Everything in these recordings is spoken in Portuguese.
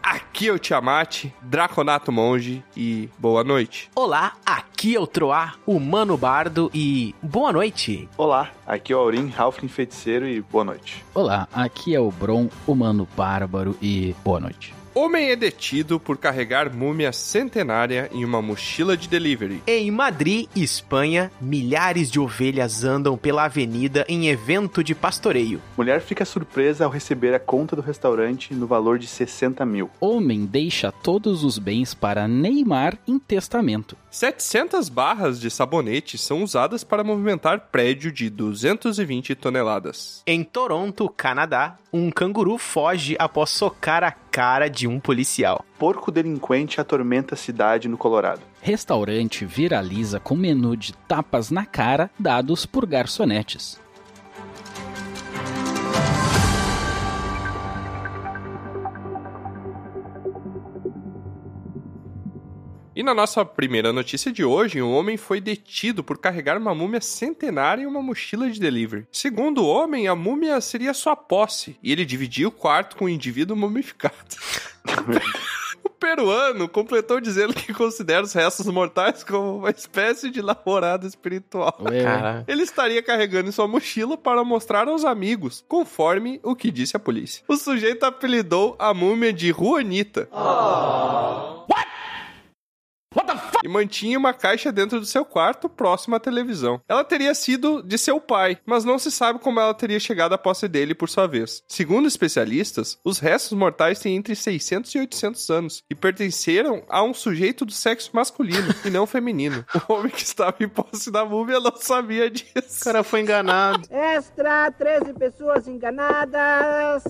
Aqui é o Tiamat, Draconato Monge e boa noite. Olá, aqui é o Troá, humano bardo e boa noite. Olá, aqui é o Aurim, Halfling Feiticeiro e boa noite. Olá, aqui é o Bron, humano bárbaro e boa noite. Homem é detido por carregar múmia centenária em uma mochila de delivery. Em Madrid, Espanha, milhares de ovelhas andam pela avenida em evento de pastoreio. Mulher fica surpresa ao receber a conta do restaurante no valor de 60 mil. Homem deixa todos os bens para Neymar em testamento. 700 barras de sabonete são usadas para movimentar prédio de 220 toneladas. Em Toronto, Canadá, um canguru foge após socar a cara de um policial. Porco delinquente atormenta a cidade no Colorado. Restaurante viraliza com menu de tapas na cara dados por garçonetes. E na nossa primeira notícia de hoje, um homem foi detido por carregar uma múmia centenária em uma mochila de delivery. Segundo o homem, a múmia seria sua posse, e ele dividia o quarto com o indivíduo mumificado. o peruano completou dizendo que considera os restos mortais como uma espécie de namorada espiritual. Ué, Cara, Ele estaria carregando em sua mochila para mostrar aos amigos, conforme o que disse a polícia. O sujeito apelidou a múmia de Juanita. E mantinha uma caixa dentro do seu quarto, próximo à televisão. Ela teria sido de seu pai, mas não se sabe como ela teria chegado à posse dele por sua vez. Segundo especialistas, os restos mortais têm entre 600 e 800 anos e pertenceram a um sujeito do sexo masculino e não feminino. O homem que estava em posse da múmia não sabia disso. o cara foi enganado. Extra, 13 pessoas enganadas.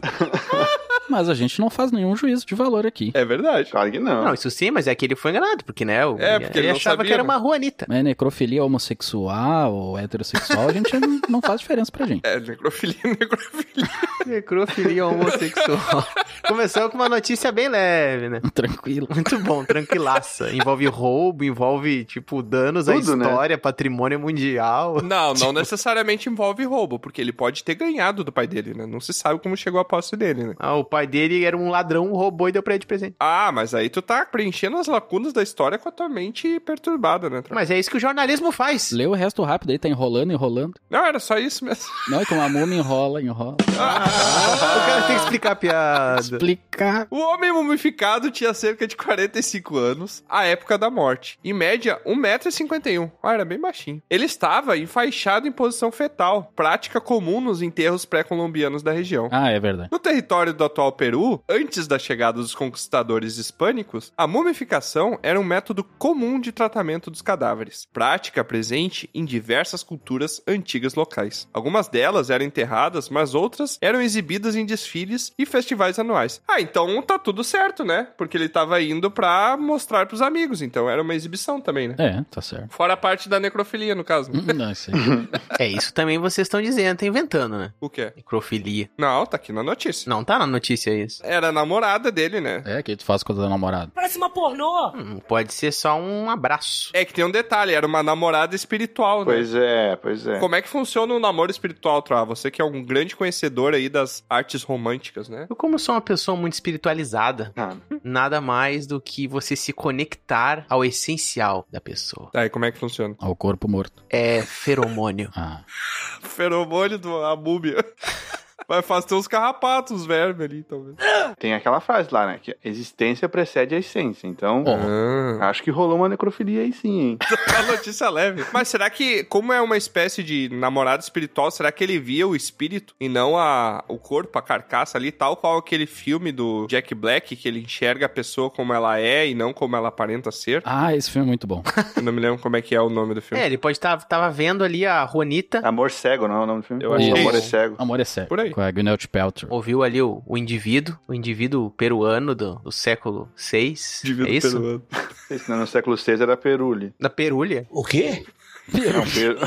Mas a gente não faz nenhum juízo de valor aqui. É verdade. Claro que não. Não, isso sim, mas é que ele foi enganado, porque, né? o- É, porque ele não achava sabia, que era né? uma Juanita. É necrofilia homossexual ou heterossexual, a gente não- não faz diferença pra gente. É, necrofilia, necrofilia. Necrofilia homossexual. Começou com uma notícia bem leve, né? Tranquilo. Muito bom, tranquilaça. Envolve roubo, envolve, tipo, danos à Tudo, né? história, patrimônio mundial. Não, não necessariamente envolve roubo, porque ele pode ter ganhado do pai dele, né? Não se sabe como chegou a posse dele, né? Ah, o pai dele era um ladrão, roubou e deu pra ele de presente. Ah, mas aí tu tá preenchendo as lacunas da história com a tua mente perturbada, né? Tro? Mas é isso que o jornalismo faz. Lê o resto rápido aí, tá enrolando, enrolando. Não, era só isso mesmo. Não, é como a múmia enrola, enrola. O cara tem que explicar a piada. Explicar. O homem mumificado tinha cerca de 45 anos à época da morte. Em média, 1,51m. Ah, era bem baixinho. Ele estava enfaixado em posição fetal, prática comum nos enterros pré-colombianos da região. Ah, é verdade. No território do atual Peru, antes da chegada dos conquistadores hispânicos, a mumificação era um método comum de tratamento dos cadáveres, prática presente em diversas culturas antigas locais. Algumas delas eram enterradas, mas outras eram exibidas em desfiles e festivais anuais. Ah, então tá tudo certo, né? Porque ele tava indo pra mostrar pros amigos, então era uma exibição também, né? É, tá certo. Fora a parte da necrofilia, no caso. né? Hum, Não, isso aí. É isso também vocês estão dizendo, tá inventando, né? O quê? Necrofilia. Não, tá aqui na notícia. Não tá na notícia isso. Era a namorada dele, né? É que tu faz coisa da namorada. Parece uma pornô. Hum, pode ser só um abraço. É que tem um detalhe, era uma namorada espiritual, né? Pois é, pois é. Como é que funciona um namoro espiritual, Tra? Você que é um grande conhecedor aí das artes românticas, né? Eu, como sou uma pessoa muito espiritualizada, Ah, nada mais do que você se conectar ao essencial da pessoa. Tá, e como é que funciona? Ao corpo morto. É feromônio. Ah. Feromônio do a múmia. Vai fazer uns carrapatos, uns vermes ali, talvez. tem aquela frase lá, né? Que a existência precede a essência. Então, Ó. Ah. acho que rolou uma necrofilia aí sim, hein? A notícia leve. Mas será que, como é uma espécie de namorado espiritual, será que ele via o espírito e não a, o corpo, a carcaça ali, tal qual aquele filme do Jack Black, que ele enxerga a pessoa como ela é e não como ela aparenta ser? ah, esse filme é muito bom. Eu não me lembro como é que é o nome do filme. É, ele pode estar tava vendo ali a Juanita, Amor cego, não é o nome do filme? Eu acho que Amor é é isso. cego. Amor é sério. Por aí. Com a Gwyneth Paltrow. ouviu ali o, o indivíduo, o indivíduo peruano do, do século VI. Indivíduo é isso? peruano. Esse não, no século VI era Perulli. Da perulha. O quê? Não, Peru...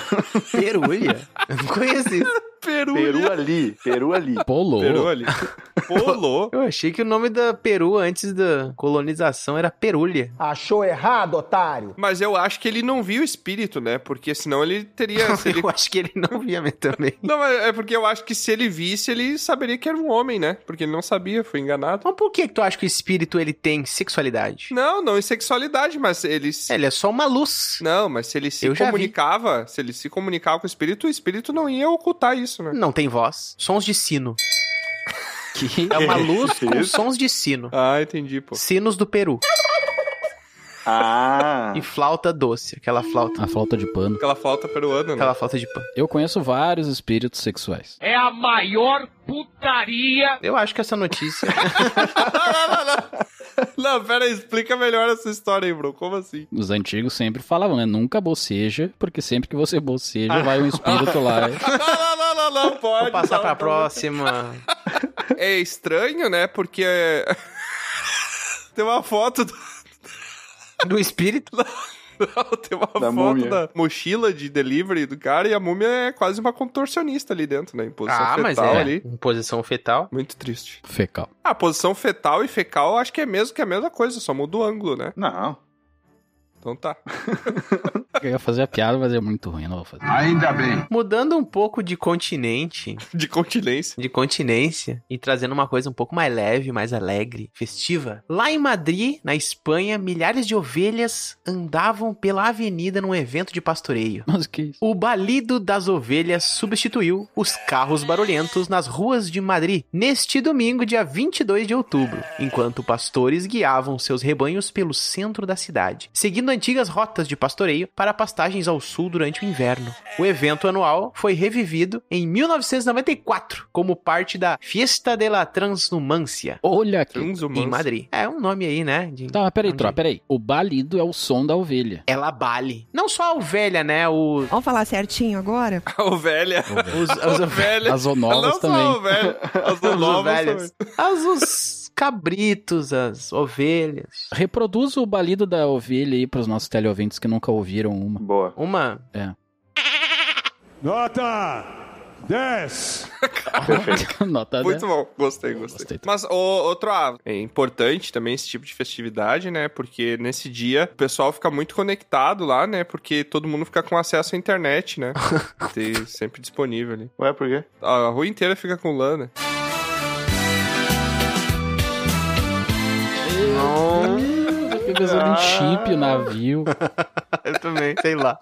Perulha? Eu não conheço isso. Peru, Peru ali, Peru ali. Polo. Peru ali. Polô. Eu achei que o nome da Peru antes da colonização era Perulha. Achou errado, otário? Mas eu acho que ele não viu o espírito, né? Porque senão ele teria. É, se ele- Eu acho que ele não via mesmo também. Não, mas é porque eu acho que se ele visse, ele saberia que era um homem, né? Porque ele não sabia, foi enganado. Mas por que que tu acha que o espírito ele tem sexualidade? Não, não em sexualidade, mas ele. se- Ele é só uma luz. Não, mas se ele se Eu já vi. comunicava, se ele se comunicava com o espírito, o espírito não ia ocultar isso, né? Não tem voz. Sons de sino. Que É uma luz Isso. com sons de sino. Ah, entendi, pô. Sinos do Peru. Ah, E flauta doce, aquela flauta. Ah. a falta de pano. Aquela flauta peruana, né? Aquela flauta de pano. Eu conheço vários espíritos sexuais. É a maior putaria. Eu acho que essa notícia. Não, pera, aí, explica melhor essa história aí, bro. Como assim? Os antigos sempre falavam, né? Nunca boceja, porque sempre que você Ah. boceja, vai um espírito lá. Não, não, não, não, não pode. Vou passar não, pra não. próxima. É estranho, né? Porque. é- Tem uma foto do. Do espírito? Não, Tem uma foto múmia. da mochila de delivery do cara e a múmia é quase uma contorcionista ali dentro, né? Em posição Ah, fetal mas é. ali. Em posição fetal. Muito triste. Fecal. A posição fetal e fecal acho que é mesmo que é a mesma coisa, só muda o ângulo, né? não. Então tá. Eu ia fazer a piada, mas é muito ruim, não vou fazer. Mudando um pouco de continente, De continência. de continência, e trazendo uma coisa um pouco mais leve, mais alegre, festiva. Lá em Madrid, na Espanha, milhares de ovelhas andavam pela avenida num evento de pastoreio. Mas o que é isso? O balido das ovelhas substituiu os carros barulhentos nas ruas de Madrid neste domingo, dia 22 de outubro, enquanto pastores guiavam seus rebanhos pelo centro da cidade, seguindo antigas rotas de pastoreio para pastagens ao sul durante o inverno. O evento anual foi revivido em 1994 como parte da Fiesta de la Transnumancia Olha aqui. Transhumância. em Madrid. É um nome aí, né? de- Tá, mas peraí, Onde? tropa, peraí. O balido é o som da ovelha. Ela bale. Não só a ovelha, né? O... Vamos falar certinho agora? A ovelha. Os, as A ovelhas. ovelha. As onovas Não só a também. ovelha. As As onovas ovelhas. também. As os cabritos, as ovelhas. Reproduz o balido da ovelha aí pros nossos teleouvintes que nunca ouviram uma. Boa. Uma. Nota 10. Nota Muito dela. bom, gostei, gostei. Né? Gostei Mas o, outro ah, é importante também esse tipo de festividade, né? Porque nesse dia o pessoal fica muito conectado lá, né? Porque todo mundo fica com acesso à internet, né? Tem sempre disponível ali. Ué, por quê? A rua inteira fica com LAN, né? Fica pensando em um chip, o navio. Eu também, sei lá.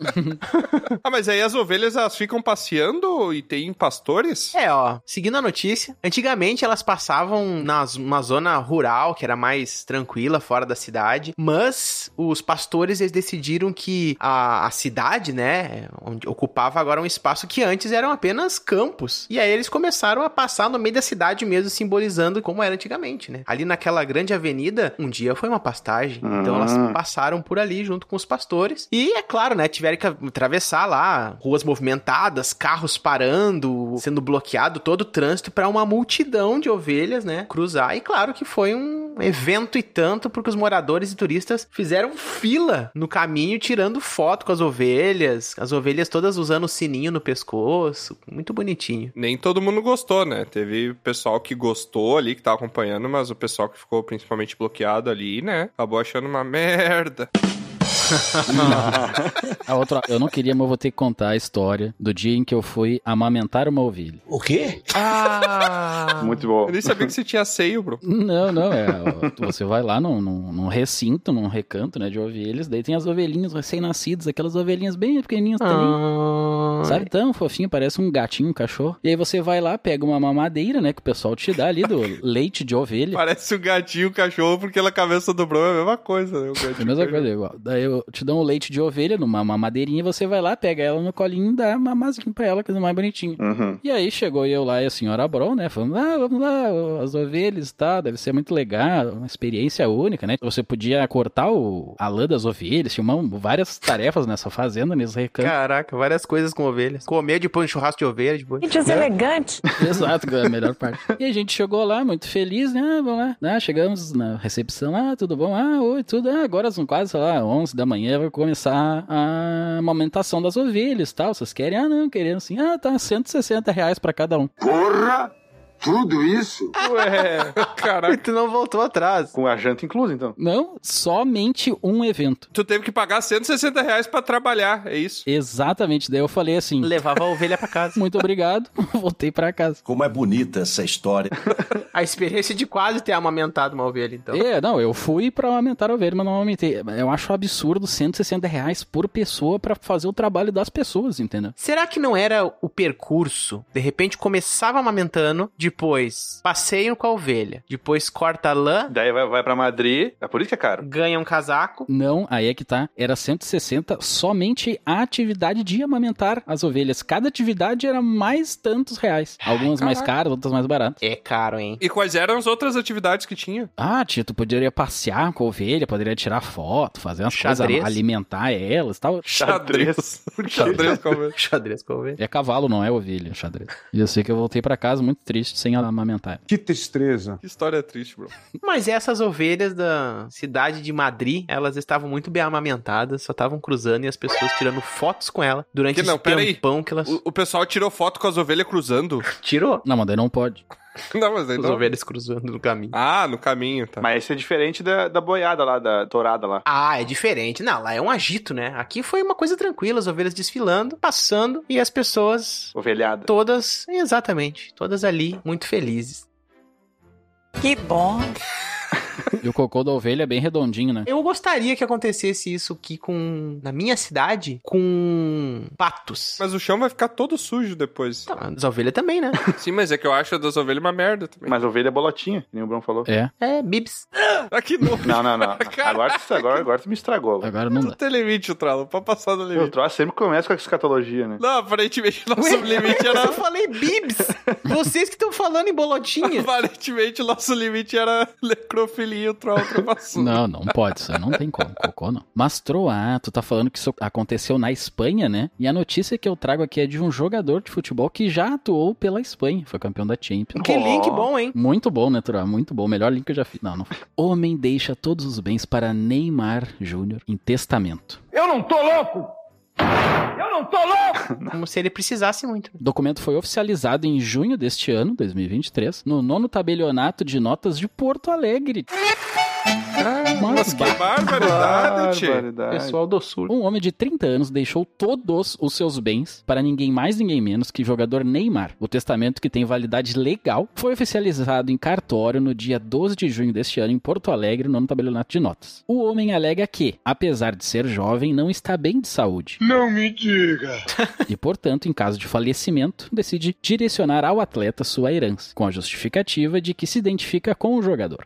Ah, mas aí as ovelhas elas ficam passeando e tem pastores? É, ó, seguindo a notícia, antigamente elas passavam nas, numa zona rural, que era mais tranquila, fora da cidade, mas os pastores, eles decidiram que a, a cidade, né, onde ocupava agora um espaço que antes eram apenas campos, e aí eles começaram a passar no meio da cidade mesmo, simbolizando como era antigamente, né. Ali naquela grande avenida, um dia foi uma pastagem, então elas Ah. passaram por ali junto com os pastores. E é claro, né? Tiveram que atravessar lá ruas movimentadas, carros parando, sendo bloqueado todo o trânsito para uma multidão de ovelhas, né? Cruzar. E claro que foi um evento e tanto, porque os moradores e turistas fizeram fila no caminho, tirando foto com as ovelhas, as ovelhas todas usando o sininho no pescoço. Muito bonitinho. Nem todo mundo gostou, né? Teve pessoal que gostou ali, que tava acompanhando, mas o pessoal que ficou principalmente bloqueado ali, né? Acabou achando uma merda. A outra, eu não queria, mas eu vou ter que contar a história do dia em que eu fui amamentar uma ovelha. O quê? Ah! Muito bom. Eu nem sabia que você tinha seio, bro. Não, não, é. ó, Você vai lá num, num, num recinto, num recanto, né, de ovelhas, daí tem as ovelhinhas recém-nascidas, aquelas ovelhinhas bem pequenininhas também. Ah. Sabe, tão fofinho, parece um gatinho, um cachorro. E aí você vai lá, pega uma mamadeira, né, que o pessoal te dá ali do leite de ovelha. Parece o gatinho e o cachorro, porque a cabeça do Bro é a mesma coisa, né? O gatinho É a mesma e o coisa, cachorro. igual. Daí eu te dou um leite de ovelha numa mamadeirinha, você vai lá, pega ela no colinho e dá mamazinho pra ela, coisa mais bonitinha. Uhum. E aí chegou eu lá e a senhora Abrol, né? Falando, ah, vamos lá, as ovelhas, tá? Deve ser muito legal, uma experiência única, né? Você podia cortar o, a lã das ovelhas, tinha uma- várias tarefas nessa fazenda, nesse recanto. Caraca, várias coisas com ovelhas. Comer depois um churrasco de ovelha depois. deselegante. Exato, que é a melhor parte. E a gente chegou lá, muito feliz, né? Ah, vamos lá. né? Chegamos na recepção, ah, tudo bom? Ah, oi, tudo. Ah, agora são quase, sei lá, 11 da manhã, vai começar a amamentação das ovelhas, tal. Vocês querem? Ah, não, querendo sim. Ah, tá, 160 reais pra cada um. Tudo isso? Ué, E caraca. tu não voltou atrás. Com a janta inclusa, então. Não, somente um evento. Tu teve que pagar 160 reais pra trabalhar, é isso? Exatamente. Daí eu falei assim: Levava a ovelha pra casa. muito obrigado, voltei pra casa. Como é bonita essa história. A experiência de quase ter amamentado uma ovelha, então. É, não, eu fui pra aumentar o ovelha, mas não aumentei. Eu acho absurdo 160 reais por pessoa pra fazer o trabalho das pessoas, entendeu? Será que não era o percurso? De repente começava amamentando, depois passeio com a ovelha, depois corta a lã, Daí vai, vai pra Madrid. É por isso que é caro. ganha um casaco. Não, aí é que tá. Era 160 somente a atividade de amamentar as ovelhas. Cada atividade era mais tantos reais. Algumas mais caras, outras mais baratas. É caro, hein? E quais eram as outras atividades que tinha? Ah, tia, tu poderia passear com a ovelha, poderia tirar foto, fazer umas Xadrez. coisas, alimentar elas e tal. Xadrez. Xadrez, como Xadrez com a ovelha. É cavalo, não é ovelha, xadrez. E eu sei que eu voltei pra casa muito triste, sem amamentar. Que tristeza. Que história triste, bro. Mas essas ovelhas da cidade de Madrid, elas estavam muito bem amamentadas, só estavam cruzando e as pessoas tirando fotos com ela durante Que não, esse peraí. tempão que elas O, o pessoal tirou foto com as ovelhas cruzando. tirou. Não, mas daí não pode. Não, mas aí As não. ovelhas cruzando no caminho. Ah, no caminho, tá. Mas isso é diferente da, da boiada lá, da tourada lá. Ah, é diferente. Não, lá é um agito, né? Aqui foi uma coisa tranquila, as ovelhas desfilando, passando e as pessoas Ovelhada. todas, exatamente, todas ali muito felizes. Que bom. E o cocô da ovelha é bem redondinho, né? Eu gostaria que acontecesse isso aqui com na minha cidade com patos. Mas o chão vai ficar todo sujo depois. Tá, As ovelhas também, né? Sim, mas é que eu acho das ovelhas uma merda também. Mas ovelha é bolotinha, que nem o Bruno falou. É, É, bibs. Aqui não. Não, não, não. Caraca. É Agora tu, agora, agora tu me estragou. agora não No dá. telimite, o tralo. Pra passar do Eu limite. troço sempre começa com a escatologia, né? Não, aparentemente nosso limite Eu era. falei bibs. Vocês que estão falando em bolotinha. Aparentemente, nosso limite era necrofilia e o troll ultrapassou. Não, não pode, isso aí não tem como, cocô não. Mas Troá, tu tá falando que isso aconteceu na Espanha, né? E a notícia que eu trago aqui é de um jogador de futebol que já atuou pela Espanha, foi campeão da Champions. Que Ó. link bom, hein? Muito bom, né, Troá? Muito bom, melhor link que eu já fiz. Não, não. Homem deixa todos os bens para Neymar Júnior em testamento. Eu não tô louco! Eu não tô louco! Como se ele precisasse muito. O documento foi oficializado em junho deste ano, 2023, no nono tabelionato de notas de Porto Alegre. Ah, Mas que barbaridade, tio. Barbaridade. Pessoal do sul. Um homem de 30 anos deixou todos os seus bens para ninguém mais, ninguém menos que jogador Neymar. O testamento, que tem validade legal, foi oficializado em cartório no dia 12 de junho deste ano em Porto Alegre, no nono tabelionato de notas. O homem alega que, apesar de ser jovem, não está bem de saúde Não me diga. e, portanto, em caso de falecimento, decide direcionar ao atleta sua herança, com a justificativa de que se identifica com o jogador.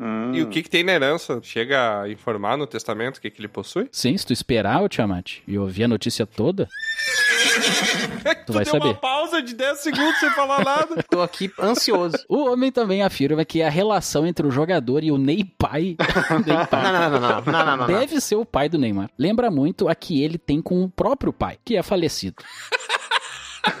Hum. E o que, que tem na herança? Chega a informar no testamento o que, que ele possui? Sim, se tu esperar, ô Tiamat, e ouvir a notícia toda, Tu, vai deu uma saber. pausa de 10 segundos sem falar nada. Tô aqui ansioso. O homem também afirma que a relação entre o jogador e o Ney pai, Ney Não, pai não, não, não, não, não, não, não, não. deve ser o pai do Neymar. Lembra muito a que ele tem com o próprio pai, que é falecido.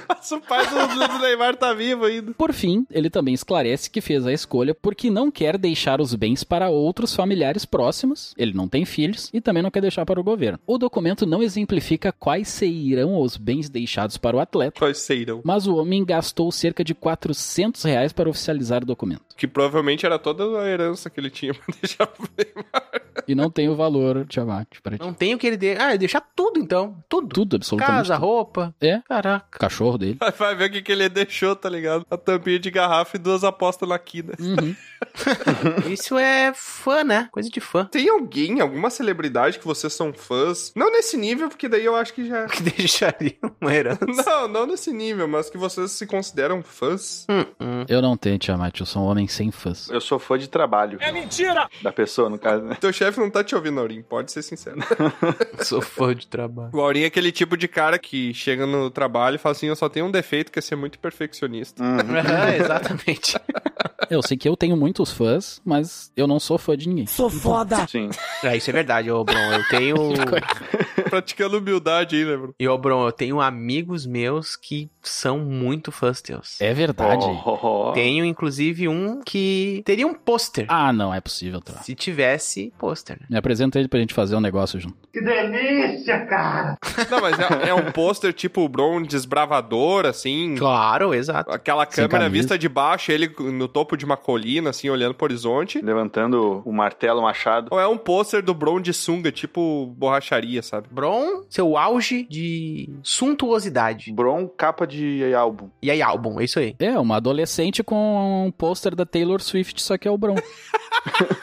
Mas o pai do, do Neymar tá vivo ainda. Por fim, ele também esclarece que fez a escolha porque não quer deixar os bens para outros familiares próximos, ele não tem filhos e também não quer deixar para o governo. O documento não exemplifica quais serão os bens deixados para o atleta. Quais serão? Mas o homem gastou cerca de 400 reais para oficializar o documento. Que provavelmente era toda a herança que ele tinha pra deixar pro Neymar. E não tem o valor, Tiamat, para ti. Não tem o que ele dê. Ah, deixar tudo então. Tudo. Tudo, absolutamente. Casa, tudo. roupa. É. Caraca. Cachorro dele. Vai ver o que, que ele deixou, tá ligado? A tampinha de garrafa e duas apostas na quina. Uhum. Isso é fã, né? Coisa de fã. Tem alguém, alguma celebridade que vocês são fãs? Não nesse nível, porque daí eu acho que já. Que deixaria uma herança. Não, não nesse nível, mas que vocês se consideram fãs. Hum, hum. Eu não tenho, Tiamat, eu sou um homem sem fãs. Eu sou fã de trabalho É mentira! da pessoa, no caso, né? Teu chefe não tá te ouvindo, Aurim, pode ser sincero. Sou fã de trabalho. O Aurim é aquele tipo de cara que chega no trabalho e fala assim: eu só tenho um defeito que é ser muito perfeccionista. Uhum. Aham, exatamente. Eu sei que eu tenho muitos fãs, mas eu não sou fã de ninguém. Sou Tá. foda. Sim. É, isso é verdade, ô Bron. Eu tenho. Praticando humildade aí, né, Bruno? E ô Bron, eu tenho amigos meus que são muito fãs teus. É Tá verdade. Oh, Tenho, inclusive, um que teria um pôster. Ah, não, é possível, tá. Se tivesse pôster, né? Me apresenta ele pra gente fazer um negócio junto. Que delícia, cara! Não, mas é, é um pôster tipo o Bron desbravador, assim. Claro, exato. Aquela Sem câmera camisa. vista de baixo, ele no topo de uma colina, assim, olhando pro horizonte. Levantando o martelo, o machado. Ou é um pôster do Bron de sunga, tipo borracharia, sabe? Bron, seu auge de suntuosidade. Bron, capa de álbum. E aí, álbum, é isso aí. É, uma adolescente com um pôster da Taylor Swift, só que é o Bron.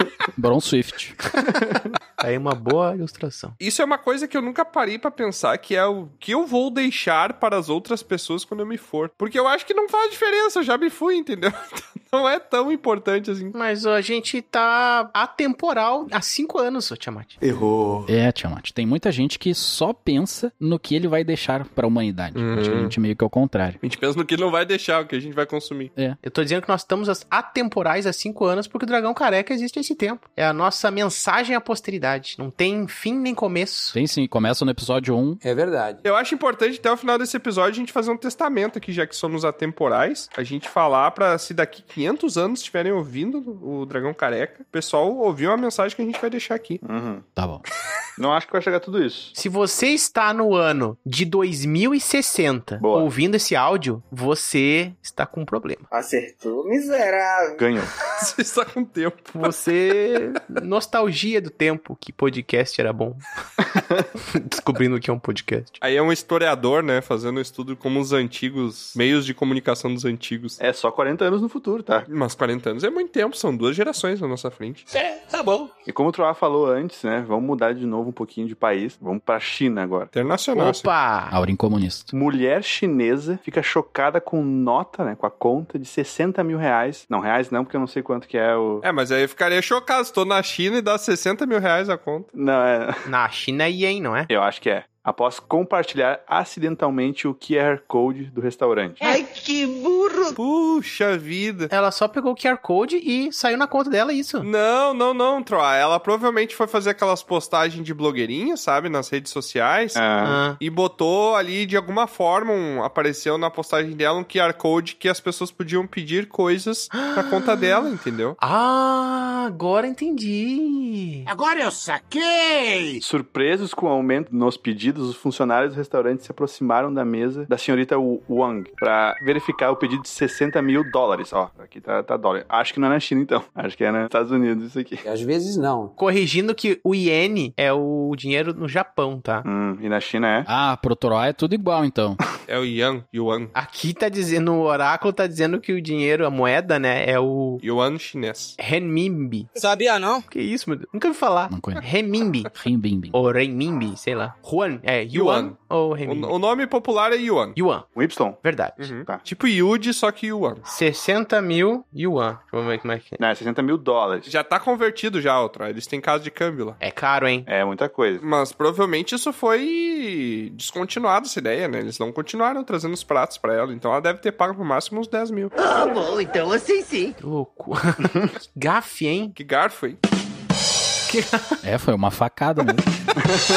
Bron Swift. Tá Aí uma boa ilustração. Isso é uma coisa que eu nunca parei pra pensar, que é o que eu vou deixar para as outras pessoas quando eu me for. Porque eu acho que não faz diferença, eu já me fui, entendeu? Não é tão importante assim. Mas ó, a gente tá atemporal há cinco anos, ô Tiamat. Errou. É, Tiamat. Tem muita gente que só pensa no que ele vai deixar pra humanidade. Uhum. Acho que a gente meio que é o contrário. A gente pensa no que não vai deixar, o que a gente vai consumir. Eu tô dizendo que nós estamos as- atemporais há cinco anos porque o Dragão Careca existe há esse tempo. É a nossa mensagem à posteridade. Não tem fim nem começo. Sim, sim, começa no episódio 1. É verdade. Eu acho importante até o final desse episódio a gente fazer um testamento aqui, já que somos atemporais. A gente falar pra se daqui 500 anos estiverem ouvindo o Dragão Careca, o pessoal ouviu a mensagem que a gente vai deixar aqui. Uhum. Tá bom. Não acho que vai chegar tudo isso. Se você está no ano de 2060 Boa. ouvindo esse áudio, você está com um problema. Acertou, miserável. Ganhou. Você está com tempo. Você. Nostalgia do tempo que podcast era bom. Descobrindo o que é um podcast. Aí é um historiador, né, fazendo um estudo como os antigos, meios de comunicação dos antigos. É só 40 anos no futuro, tá? Mas 40 anos é muito tempo, são duas gerações na nossa frente. Tá bom. E como o Troá falou antes, né? Vamos mudar de novo um pouquinho de país. Vamos pra China agora. Internacional. assim. Opa! Aurim comunista. Mulher chinesa fica chocada com nota, né? Com a conta de 60 mil reais. Não, reais não, porque eu não sei quanto que é o. É, mas aí eu ficaria chocado se tô na China e dá 60 mil reais a conta. Não, é. Na China e aí, não é? Eu acho que é. Após compartilhar acidentalmente o QR Code do restaurante. Ai, que burro. Puxa vida. Ela só pegou o QR Code e saiu na conta dela isso. Não, não, não, Troa. Ela provavelmente foi fazer aquelas postagens de blogueirinha, sabe, nas redes sociais. Ah, Ah, E botou ali, de alguma forma, um- apareceu na postagem dela um QR Code que as pessoas podiam pedir coisas na conta dela, entendeu? Ah, agora entendi. Agora eu saquei! Surpresos com o aumento nos pedidos, os funcionários do restaurante se aproximaram da mesa da senhorita Wu- Wang para verificar o pedido de 60 mil dólares. Ó, aqui tá, tá dólar. Acho que não é na China, então. Acho que é nos Estados Unidos isso aqui. Às vezes não. Corrigindo que o iene é o dinheiro no Japão, tá? Hum, e na China é? Ah, pro Troá é tudo igual, então. É o Yang, Yuan. Aqui tá dizendo, o oráculo tá dizendo que o dinheiro, a moeda, né, é o Yuan chinês. renminbi. Sabia não? Que isso, meu Deus? Nunca ouvi falar. Não conheço. Renminbi. Rimbimbim. Ou renminbi, sei lá. Yuan, é yuan, Yuan. ou O, renminbi? o nome popular é Yuan. Yuan, O Um Y? verdade. Tá. Tipo Yudi, só que Yuan. 60 mil yuan. Deixa eu ver como é que é. Não, é 60 mil dólares. Já tá convertido já, outra. Eles têm casa de câmbio lá. É caro, hein? É muita coisa. Mas provavelmente isso foi descontinuado, essa ideia, né? Eles não continuaram trazendo os pratos pra ela. Então ela deve ter pago no máximo uns 10 mil. Ah, bom, então assim sim. Que louco. que gafe, hein? Que garfo, hein? É, foi uma facada mesmo.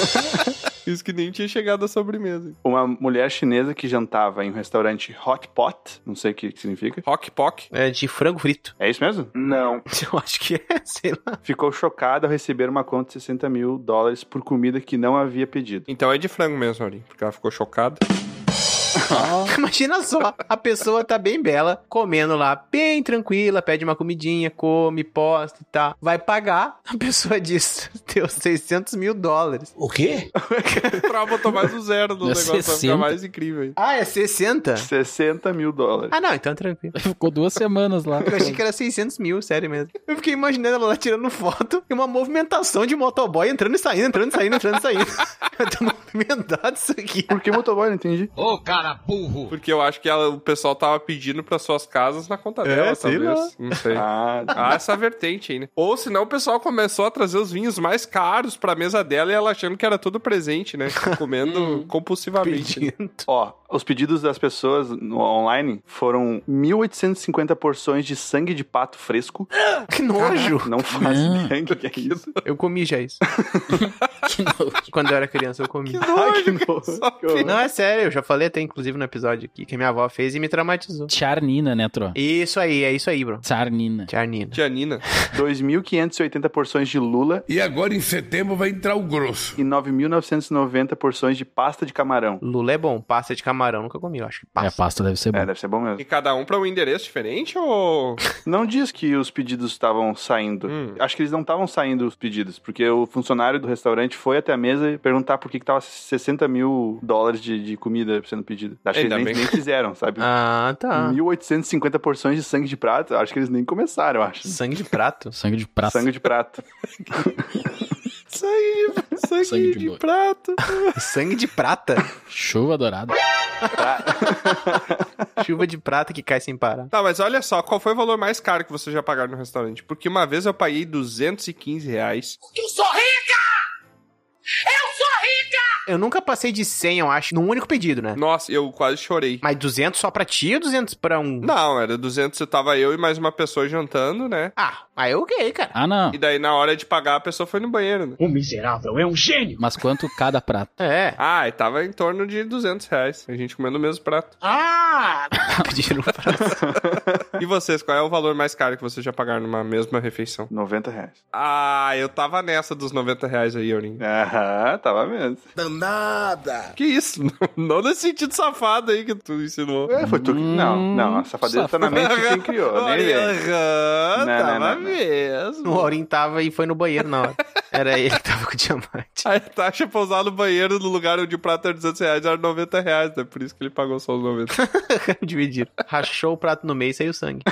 Isso que nem tinha chegado à sobremesa. Uma mulher chinesa que jantava em um restaurante hot pot, não sei o que que significa. Rock Pock. É de frango frito. É isso mesmo? Não. Eu acho que é, sei lá. Ficou chocada ao receber uma conta de 60 mil dólares por comida que não havia pedido. Então é de frango mesmo, Aurim, porque ela ficou chocada. Imagina só, a pessoa tá bem bela, comendo lá, bem tranquila, pede uma comidinha, come, posta e tal. Vai pagar, a pessoa diz, deu 600 mil dólares. O quê? Pra botou mais o zero no Deu negócio, vai ficar 60. mais incrível. ainda. Ah, é 60? 60 mil dólares. Ah, não, então tranquilo. Ficou duas semanas lá. Eu achei que era 600 mil, sério mesmo. Eu fiquei imaginando ela lá tirando foto e uma movimentação de motoboy entrando e saindo, entrando e saindo, entrando e saindo. Eu tô movimentado isso aqui. Por que motoboy? Não entendi. Ô, cara! Ora, burro! Porque eu acho que ela- o pessoal tava pedindo para suas casas na conta É, dela, sei talvez. lá. Não sei. Ah, Há essa vertente aí, né? Ou senão o pessoal começou a trazer os vinhos mais caros pra mesa dela e ela achando que era tudo presente, né? Comendo compulsivamente. né? Ó, os pedidos das pessoas no online foram 1.850 porções de sangue de pato fresco. Que nojo! Não faz ideia o que é isso. Eu comi já isso. Que nojo. Quando eu era criança, eu comi. Ai, que nojo. Não, é sério, eu já falei até, inclusive, no episódio aqui, que minha avó fez e me traumatizou. Charnina, né, É, Tro? Isso aí, é isso aí, bro. Charnina. Tiarnina. Tia Nina. 2.580 porções de lula E agora em setembro vai entrar o grosso. e 9.990 porções de pasta de camarão. Lula é bom, pasta de camarão nunca comi, eu acho que É, pasta. pasta deve ser É, boa. deve ser bom mesmo. E cada um pra um endereço diferente ou. Não diz que os pedidos estavam saindo. Hum. Acho que eles não estavam saindo os pedidos, porque o funcionário do restaurante foi até a mesa e perguntar por que, que tava 60 mil dólares de, de comida sendo pedida. Acho que Ainda eles nem, bem. nem fizeram, sabe? Ah, tá. 1850 porções de sangue de prato, acho que eles nem começaram, eu acho. Sangue de prato. Sangue de prata. Sangue de prato. Sangue de, sangue Sangue de de boi. prato. Sangue de prata? Chuva dourada. Chuva de prata que cai sem parar. Tá, mas olha só, qual foi o valor mais caro que vocês já pagaram no restaurante? Porque uma vez eu paguei 215 reais. Eu nunca passei de 100, eu acho, num único pedido, né? Nossa, eu quase chorei. Mas 200 só pra ti ou 200 pra um... Não, era 200, eu tava eu e mais uma pessoa jantando, né? Ah, aí eu ok, cara. Ah, não. E daí, na hora de pagar, a pessoa foi no banheiro, né? Mas quanto cada prato? É. Ah, e tava em torno de 200 reais. A gente comendo o mesmo prato. Pediram pra... E vocês, qual é o valor mais caro que vocês já pagaram numa mesma refeição? 90 reais. Ah, eu tava nessa dos 90 reais aí, Eurinho. Aham, tava mesmo. Que isso? Não nesse sentido safado aí que tu ensinou. É, foi tu que. Hum, Não, não, a safadeza tá na mente de quem criou. Nem vem. Aham, Não, tava não, não, não. mesmo. O Aurim tava e foi no banheiro na hora. Era ele que tava com o diamante. A taxa pra usar no banheiro no lugar onde o prato era 200 reais era 90 reais, né? Por isso que ele pagou só os 90. Dividiram. Rachou o prato no meio e saiu sangue.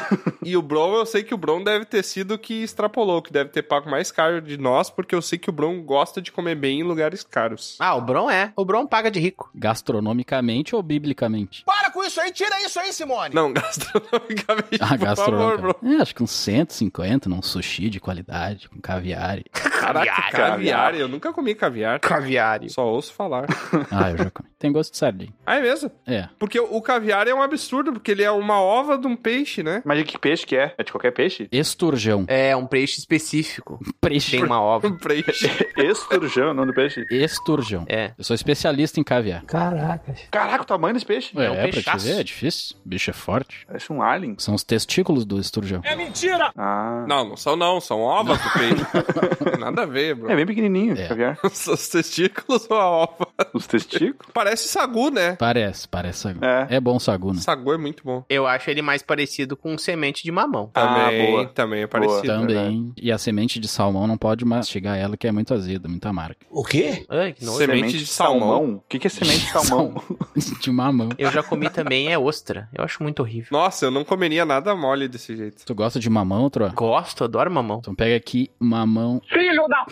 e o Bron, eu sei que o Bron deve ter sido o que extrapolou, que deve ter pago mais caro de nós, porque eu sei que o Bron gosta de comer bem em lugares caros. Ah, o Bron é. O Bron paga de rico. Gastronomicamente ou biblicamente? Para com isso aí, tira isso aí, Simone. Não, gastronomicamente, Ah, por favor, Bron. gastronomicamente. É, acho que uns 150 num sushi de qualidade, com caviar. e- Caraca, caviar, caviar. eu nunca comi caviar. Caviário. Só ouço falar. Ah, eu já comi. Tem gosto de sardinha. Ah, é mesmo? É. Porque o caviar é um absurdo, porque ele é uma ova de um peixe, né? Mas de que peixe que é? É de qualquer peixe? Esturjão. É, um peixe específico. Peixe. Tem uma obra. Um peixe. Esturjão, o nome do peixe. Esturjão. É. Eu sou especialista em caviar. Caraca, o tamanho desse peixe. É, um é pra te peixaço. ver, é difícil. O bicho é forte. Parece um alien. São os testículos do esturjão. É. Ah. Não, não são não, são ovas do peixe. Tem Nada a ver, Bron. É bem pequenininho, É. caviar. São os testículos ou a ova? Os testículos. Parece sagu, né? Parece, parece sagu. É. É bom sagu, né? Sagu é muito bom. Eu acho ele mais parecido com semente de mamão. Ah, Também, boa. também é Boa. parecido. né? Também. E a semente de salmão não pode mastigar ela, que é muito azeda, muito amarga. O quê? Ai, que nojo. Semente de salmão. O que que é semente de salmão? de mamão. Eu já comi também, é ostra. Eu acho muito horrível. Nossa, eu não comeria nada mole desse jeito. Tu gosta de mamão, Tro? Gosto, adoro mamão. Então pega aqui mamão. Filho da.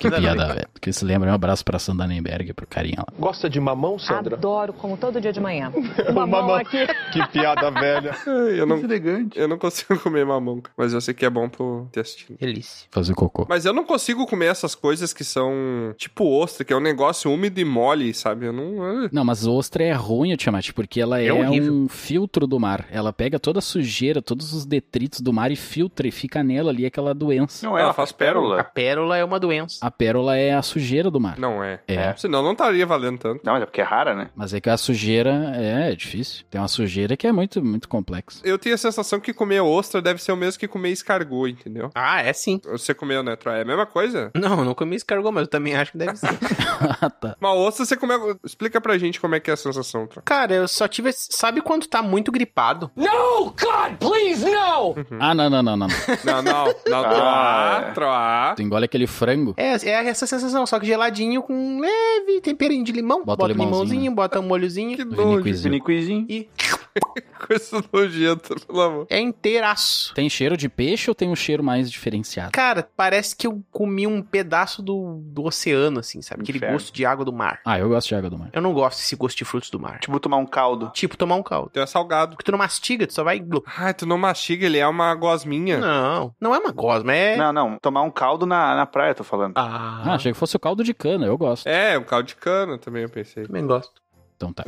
que né? piada, velho. Que se lembra, um abraço pra Sandanenberg, pro carinha lá. Gosta de mamão, Sandra? Adoro, como todo dia de manhã. Que piada velha. Ai, Eu não, Muito elegante. eu não consigo comer mamão, cara. mas eu sei que é bom pro intestino. Delícia. Fazer cocô. Mas eu não consigo comer essas coisas que são tipo ostra, que é um negócio úmido e mole, sabe? Eu não. Não, mas ostra é ruim, Tiamat, porque ela é, horrível. um filtro do mar. Ela pega toda a sujeira, todos os detritos do mar e filtra e fica nela ali aquela doença. Não, ela faz pérola. A pérola é uma doença. A pérola é a sujeira do mar. Não é. É. Senão não estaria valendo tanto. Não, mas é porque é rara, né? Mas é que a sujeira é, é difícil. Tem uma sujeira que é muito, muito complexa. Eu tenho a sensação que comer ostra deve ser o mesmo que comer escargot, entendeu? Ah, é sim. Você comeu, né, Troia? É a mesma coisa? Não, eu não comi escargot, mas eu também acho que deve ser. Ah, tá. Uma ostra você come. Explica pra gente como é que é a sensação, Troia. Cara, eu só tive. esse- Sabe quando tá muito gripado? Ah, não, não, não, não. não. Não, não, não, Ah, Troá, é. Troá. Tu engole aquele frango. É, é essa sensação, só que geladinho com um leve temperinho de limão. Bota Bota, o um limãozinho, limãozinho, bota um molhozinho. Que É nojo. Vinicuizinho. Vinicuizinho. E Coisa nojenta, pelo amor. É inteiraço. Tem cheiro de peixe ou tem um cheiro mais diferenciado? Cara, parece que eu comi um pedaço do, do oceano, assim, sabe? Aquele Inferno. gosto de água do mar. Ah, eu gosto de água do mar. Eu não gosto desse gosto de frutos do mar. Tipo, tomar um caldo. Tipo, tomar um caldo. Então é salgado. Porque tu não mastiga, tu só vai... glu- Ai, tu não mastiga, ele é uma gosminha. Não, não é uma gosma, é... Não, não. Tomar um caldo na, na praia, tô falando. Ah, Ah, achei que fosse o caldo de cana, eu gosto. É, um caldo de cana também, eu pensei. também gosto. Então tá.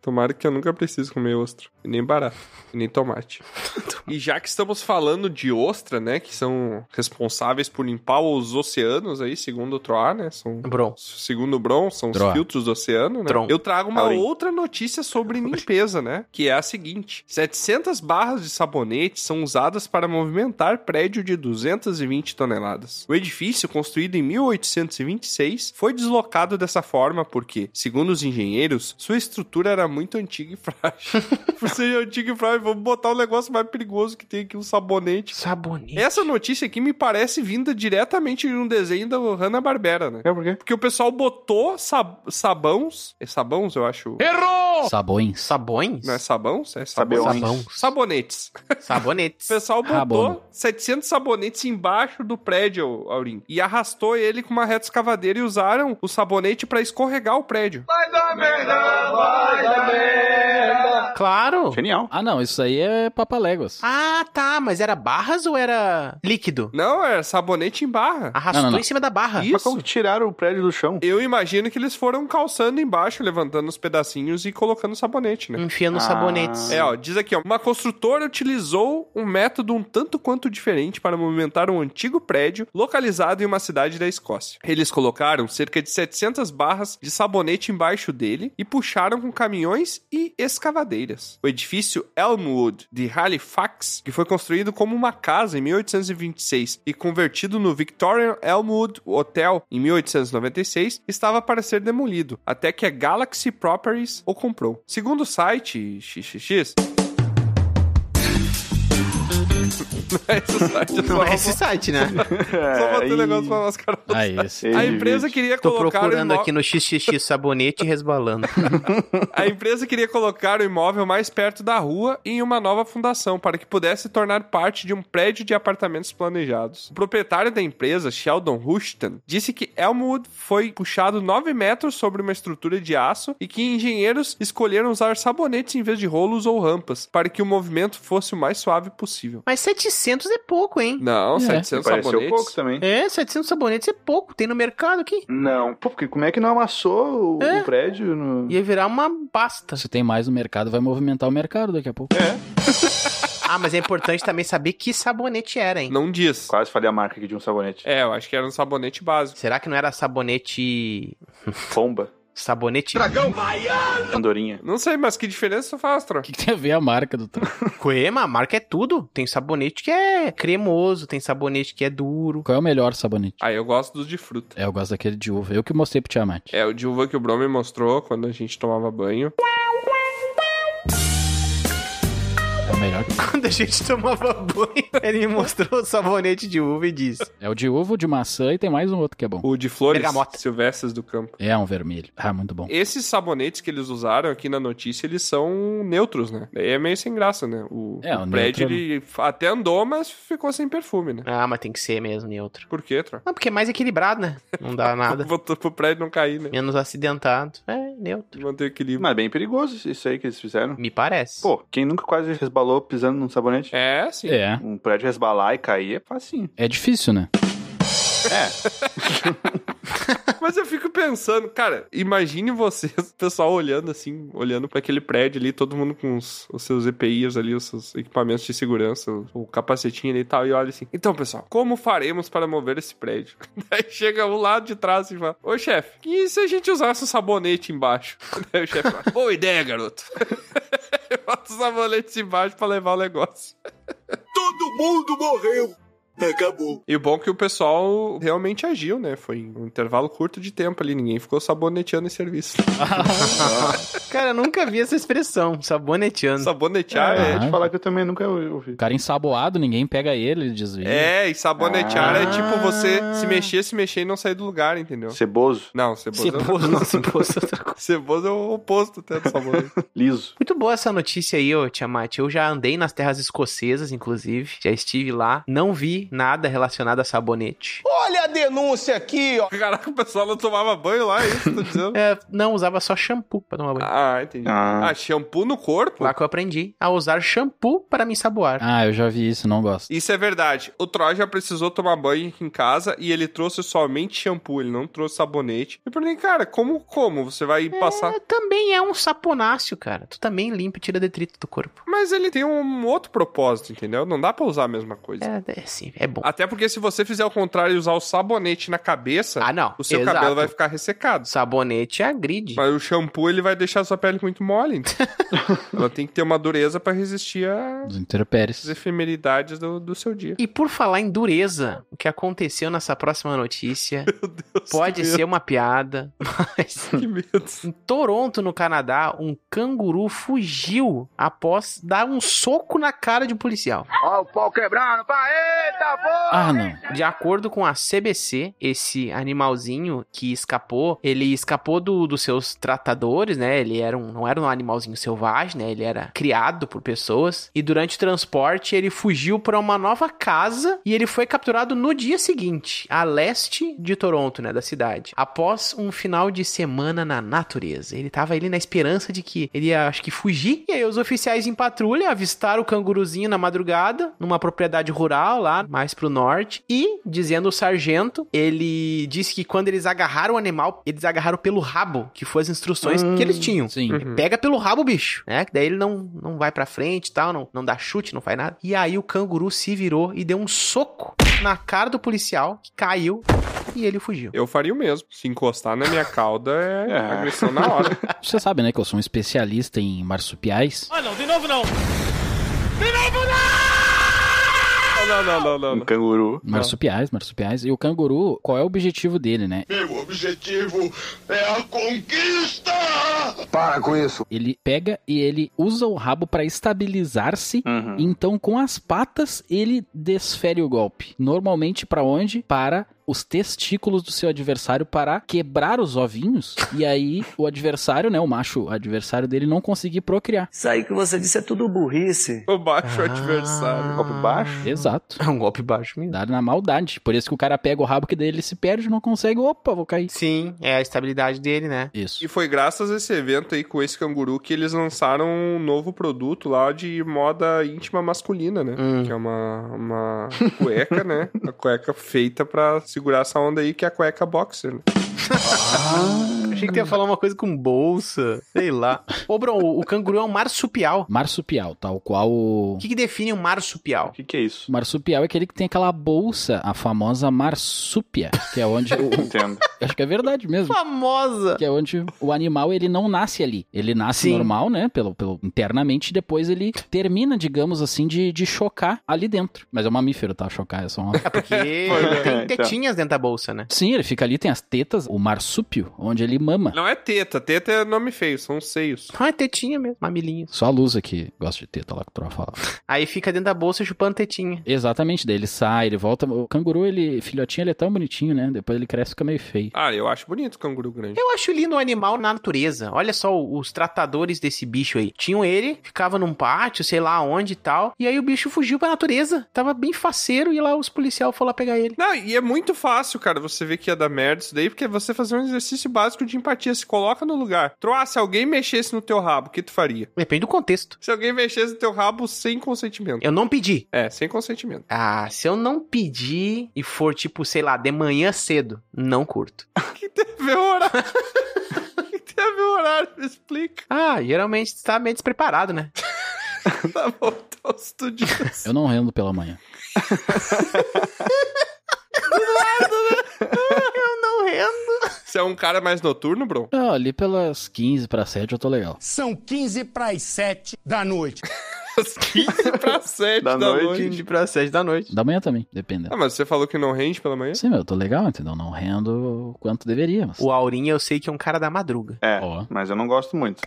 Tomara que eu nunca precise comer ostra. E nem barato. E nem tomate. e já que estamos falando de ostra, né? Que são responsáveis por limpar os oceanos aí, segundo o Troar, né? São Bron. Segundo o Bron, são os Droa. filtros do oceano, né? Tron. Eu trago uma Aurim. outra notícia sobre limpeza, né? Que é a seguinte: 700 barras de sabonete são usadas para movimentar prédio de 220 toneladas. O edifício, construído em 1826, foi deslocado dessa forma porque, segundo os engenheiros, sua estrutura era muito antiga e frágil. Por ser antiga e frágil, vamos botar o negócio mais perigoso que tem aqui, um sabonete. Tipo, Sabonete. Essa notícia aqui me parece vinda diretamente de um desenho da Hanna-Barbera, né? É por quê? Porque o pessoal botou sab sabãos. É sabãos, eu acho. Sabões. Sabões? Não é sabãos? É sabões. Sabeões. Sabão. Sabonetes. O Sabonetes. pessoal botou Rabona. 700 sabonetes embaixo do prédio, Aurim. E arrastou ele com uma reta escavadeira e usaram o sabonete pra escorregar o prédio. oh. Claro. Genial. Ah, não, isso aí é papaléguas. Ah, tá, mas era barras ou era líquido? Não, é sabonete em barra. Arrastou Não, não, não. em cima da barra. Ih, Mas Isso. como que tiraram o prédio do chão? Eu imagino que eles foram calçando embaixo, levantando os pedacinhos e colocando sabonete, né? Enfiando os Ah. sabonetes. É, ó, diz aqui, ó, uma construtora utilizou um método um tanto quanto diferente para movimentar um antigo prédio localizado em uma cidade da Escócia. Eles colocaram cerca de 700 barras de sabonete embaixo dele e puxaram com caminhões e escavadeiras. O edifício Elmwood de Halifax, que foi construído como uma casa em 1826 e convertido no Victorian Elmwood Hotel em 1896, estava para ser demolido, até que a Galaxy Properties o comprou. Segundo o site XXX, esse site eu só, Não é vou- esse site, né? só botei Aí. o negócio pra mascarar. Ah, esse. A Ei, empresa gente. queria Tô colocar o procurando imó- aqui no XXX sabonete resbalando. A empresa queria colocar o imóvel mais perto da rua em uma nova fundação para que pudesse tornar parte de um prédio de apartamentos planejados. O proprietário da empresa, Sheldon Rushton, disse que Elmwood foi puxado 9 metros sobre uma estrutura de aço e que engenheiros escolheram usar sabonetes em vez de rolos ou rampas para que o movimento fosse o mais suave possível. Mas 700 é pouco, hein? Não, É. 700 Pareceu sabonetes. pouco também. É, 700 sabonetes é pouco. Tem no mercado aqui. Não. Pô, porque como é que não amassou o, É. o prédio? No... Ia virar uma pasta. Se Tá, tem mais no mercado, vai movimentar o mercado daqui a pouco. Ah, mas é importante também saber que sabonete era, hein? Não diz. Quase falei a marca aqui de um sabonete. É, eu acho que era um sabonete básico. Será que não era sabonete... Pomba. Sabonete... Andorinha. Não sei, mas que diferença isso faz, Tro? O que, que tem a ver a marca do troço? Crema, a marca é tudo. Tem sabonete que é cremoso, tem sabonete que é duro. Qual é o melhor sabonete? Ah, eu gosto dos de fruta. É, eu gosto daquele de uva. Eu que mostrei pro Tiamat. É, o de uva que o Brom me mostrou quando a gente tomava banho. É o melhor. Quando a gente tomava banho, ele me mostrou o sabonete de uva e disse: É o de uva, o de maçã e tem mais um outro que é bom. O de flores Bergamota. silvestres do campo. É um vermelho. Ah, muito bom. Esses sabonetes que eles usaram aqui na notícia, eles são neutros, né? Daí é meio sem graça, né? O, É, o o prédio, neutro- ele até andou, mas ficou sem perfume, né? Ah, mas tem que ser mesmo neutro. Por quê, Tro? Não, porque é mais equilibrado, né? Não dá nada. Voltou pro prédio não cair, né? Menos acidentado. É, neutro. Manter o equilíbrio. Mas é bem perigoso isso aí que eles fizeram. Me parece. Pô, quem nunca quase resbalou pisando num sabonete? É, sim. É. Um prédio resbalar e cair é facinho. É difícil, né? É. Mas eu fico pensando, cara, imagine vocês, o pessoal olhando assim, olhando pra aquele prédio ali, todo mundo com os, os seus EPIs ali, os seus equipamentos de segurança, o, o capacetinho ali e tal, e olha assim. Então, pessoal, como faremos para mover esse prédio? Daí chega um lado de trás e fala: Ô chefe, e se a gente usasse o sabonete embaixo? Daí o chefe fala: Boa ideia, garoto. Bota os sabonetes embaixo pra levar o negócio. Acabou. E o bom é que o pessoal realmente agiu, né? Foi um intervalo curto de tempo ali, ninguém ficou saboneteando em serviço. Cara, eu nunca vi essa expressão, saboneteando. Sabonetear É, é. é de falar que eu também nunca ouvi. O cara é ensaboado, ninguém pega ele, ele desvia. É, e sabonetear é tipo você se mexer, se mexer e não sair do lugar, entendeu? Ceboso, Não, ceboso. é- Ceboso, não, ceboso é outra coisa. Ceboso é o oposto até do sabonete. liso. Muito boa essa notícia aí, ô Tiamat. Eu já andei nas terras escocesas, inclusive. Já estive lá. Não vi nada relacionado a sabonete. Olha a denúncia aqui, ó. Caraca, o pessoal não tomava banho lá, é isso que eu tô dizendo? É, não, usava só shampoo pra tomar banho. Ah, entendi. Ah. Ah, shampoo no corpo? Lá que eu aprendi a usar shampoo para me ensaboar. Ah, eu já vi isso, não gosto. Isso é verdade. O Troy já precisou tomar banho aqui em casa e ele trouxe somente shampoo, ele não trouxe sabonete. Eu perguntei, cara, como, como? Você vai passar... Ah, Também é um saponáceo, cara. Tu também limpa e tira detrito do corpo. Mas ele tem um outro propósito, entendeu? Não dá pra usar a mesma coisa. É, é sim, é bom. Até porque se você fizer o contrário e usar o sabonete na cabeça, Ah, não. o seu Exato. cabelo vai ficar ressecado. Sabonete agride. Mas o shampoo, ele vai deixar a sua pele muito mole. então. Ela tem que ter uma dureza pra resistir às Dos interpéries. efemeridades do, do seu dia. E por falar em dureza, o que aconteceu nessa próxima notícia Deus, pode que ser uma piada, mas medo, Que medo. em Toronto, no Canadá, um canguru fugiu após dar um soco na cara de um policial. Ó, o pau quebrando, pá, eita, porra! Ah, não. De acordo com a CBC, esse animalzinho que escapou, ele escapou do- dos seus tratadores, né? Ele era um, não era um animalzinho selvagem, né? Ele era criado por pessoas. E durante o transporte, ele fugiu para uma nova casa e ele foi capturado no dia seguinte, a leste de Toronto, né? Da cidade. Após um final de semana na natureza. Ele tava ali na esperança de que ele ia, acho que, fugir. E aí os oficiais em patrulha avistaram o canguruzinho na madrugada, numa propriedade rural lá, mais pro norte. E, dizendo o sargento, ele disse que quando eles agarraram o animal, eles agarraram pelo rabo, que foi as instruções que eles tinham. Sim. Uhum. Pega pelo rabo o bicho, né? Que daí ele não, não vai pra frente e tal, não, não dá chute, não faz nada. E aí o canguru se virou e deu um soco na cara do policial, que caiu e ele fugiu. Eu faria o mesmo. Se encostar na minha cauda é, É. agressão na hora. Você sabe, né, que eu sou um especialista em marsupiais. não, não, não, não, Um não. canguru. Marsupiais, marsupiais. E o canguru, qual é o objetivo dele, né? Meu objetivo é a conquista! Para com isso. Ele pega e ele usa o rabo pra estabilizar-se. Uhum. Então, com as patas, ele desfere o golpe. Normalmente, pra onde? Para os testículos do seu adversário para quebrar os ovinhos. E aí, o adversário, né? O macho adversário dele não conseguir procriar. Isso aí que você disse é tudo burrice. O baixo Um adversário. Copo baixo. Exato. É um golpe baixo mesmo. Dá na maldade. Por isso que o cara pega o rabo que daí ele se perde, não consegue. Opa, vou cair. Sim, é a estabilidade dele, né? Isso. E foi graças a esse evento aí com esse canguru que eles lançaram um novo produto lá de moda íntima masculina, né? Hum. Que é uma, uma cueca, né? Uma cueca feita pra segurar essa onda aí, que é a cueca boxer. né? Achei que tu ia falar uma coisa com bolsa, sei lá. Ô, bro, o o canguru é um marsupial. Marsupial, tal qual o. O que, que define um marsupial? O que, que é isso? Marsupial é aquele que tem aquela bolsa, a famosa marsúpia, que é onde. o- o- Entendo. acho que é verdade mesmo. Famosa! Que é onde o animal ele não nasce ali. Ele nasce Sim. normal, né? Pelo, pelo internamente, depois ele termina, digamos assim, de, de chocar ali dentro. Mas é um mamífero, tá? Chocar é só uma. É porque Pois é, tem então. tetinhas dentro da bolsa, né? Sim, ele fica ali, tem as tetas, o marsúpio, onde ele mama. Não é teta, teta é nome feio, são seios. Não é tetinha mesmo, mamilinhos. Só a Lusa que gosta de teta lá que o Troa fala. Aí fica dentro da bolsa chupando tetinha. Exatamente, daí ele sai, ele volta. O canguru, ele, filhotinho, ele é tão bonitinho, né? Depois ele cresce e fica meio feio. Ah, eu acho bonito o canguru grande. Eu acho lindo o animal na natureza. Olha só o- os tratadores desse bicho aí. Tinham ele, ficava num pátio, sei lá onde e tal. E aí o bicho fugiu pra natureza. Tava bem faceiro e lá os policiais foram lá pegar ele. Não, e é muito fácil, cara, você ver que ia dar merda isso daí, porque é você fazer um exercício básico de empatia, se coloca no lugar. Troá, se alguém mexesse no teu rabo, o que tu faria? Depende do contexto. Se alguém mexesse no teu rabo sem consentimento. Eu não pedi. É, sem consentimento. Ah, se eu não pedir e for, tipo, sei lá, de manhã cedo, não curto. Vê o horário. que tem a ver o horário? Me explica. Ah, geralmente você tá meio despreparado, né? Tá bom, tá os dias. Eu não rendo pela manhã. Não rendo. Você é um cara mais noturno, bro? Não, ali pelas 15 para 7 eu tô legal. São 15 para as 7 da noite. às 15 para 7 da, Da noite. noite. De pra 7 da noite. Da manhã também, dependendo. Ah, mas você falou que não rende pela é? manhã? Sim, meu, eu tô legal, entendeu? Não rendo o quanto deveria, mas... tá O Aurinha eu sei que é um cara da madruga. É, Ó. mas eu não gosto muito.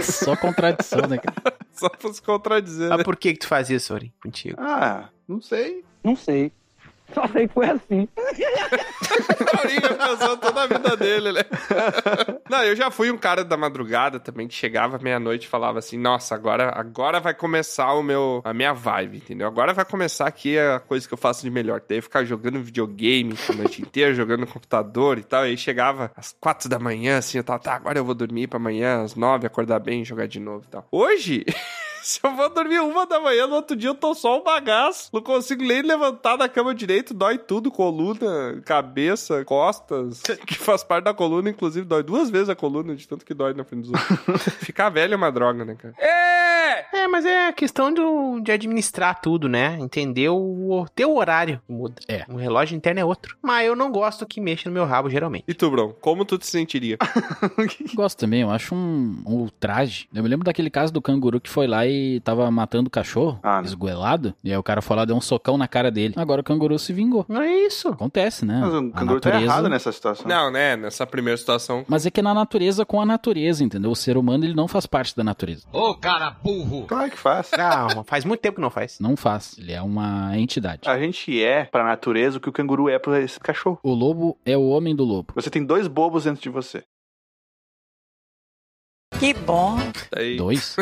Só contradição, né, cara? Só pra se contradizer, né? Mas por que que tu faz isso, Aurinha, contigo? Ah, não sei. Não sei. Só sei é que foi assim. O Aurinho pensou toda a vida dele, né? Não, eu já fui um cara da madrugada também, que chegava meia-noite e falava assim, nossa, agora, agora vai começar o meu, a minha vibe, entendeu? Agora vai começar aqui a coisa que eu faço de melhor. Daí eu ficava jogando videogame a noite inteira, jogando no computador e tal. Aí chegava às quatro da manhã, assim, eu tava, tá, agora eu vou dormir pra amanhã, às nove, acordar bem, jogar de novo e tal. Hoje... Se eu vou dormir uma da manhã, no outro dia eu tô só um bagaço. Não consigo nem levantar da cama direito, dói tudo, coluna, cabeça, costas, que faz parte da coluna, inclusive dói duas vezes a coluna, de tanto que dói na frente dos outros. Ficar velho é uma droga, né, cara? É, mas é questão do- de administrar tudo, né? Entender o, o teu horário muda. É. Um relógio interno é outro. Mas eu não gosto que mexa no meu rabo, geralmente. E tu, Bron, como tu te sentiria? Gosto também, eu acho um, um ultraje. Eu me lembro daquele caso do canguru que foi lá e tava matando o cachorro, Ah, não. esgoelado, e aí o cara foi lá, deu um socão na cara dele. Agora o canguru se vingou. Não é isso. Acontece, É, né? Mas o A canguru tá natureza- errado nessa situação. Não, né? Nessa primeira situação. Mas é que é na natureza com a natureza, entendeu? O ser humano, ele não faz parte da natureza. Claro que faz. Calma, faz muito tempo que não faz. Não faz. Ele é uma entidade. A gente é, pra natureza, o que o canguru é pra esse cachorro. O lobo é o homem do lobo. Você tem dois bobos dentro de você. Que bom. Daí, Dois?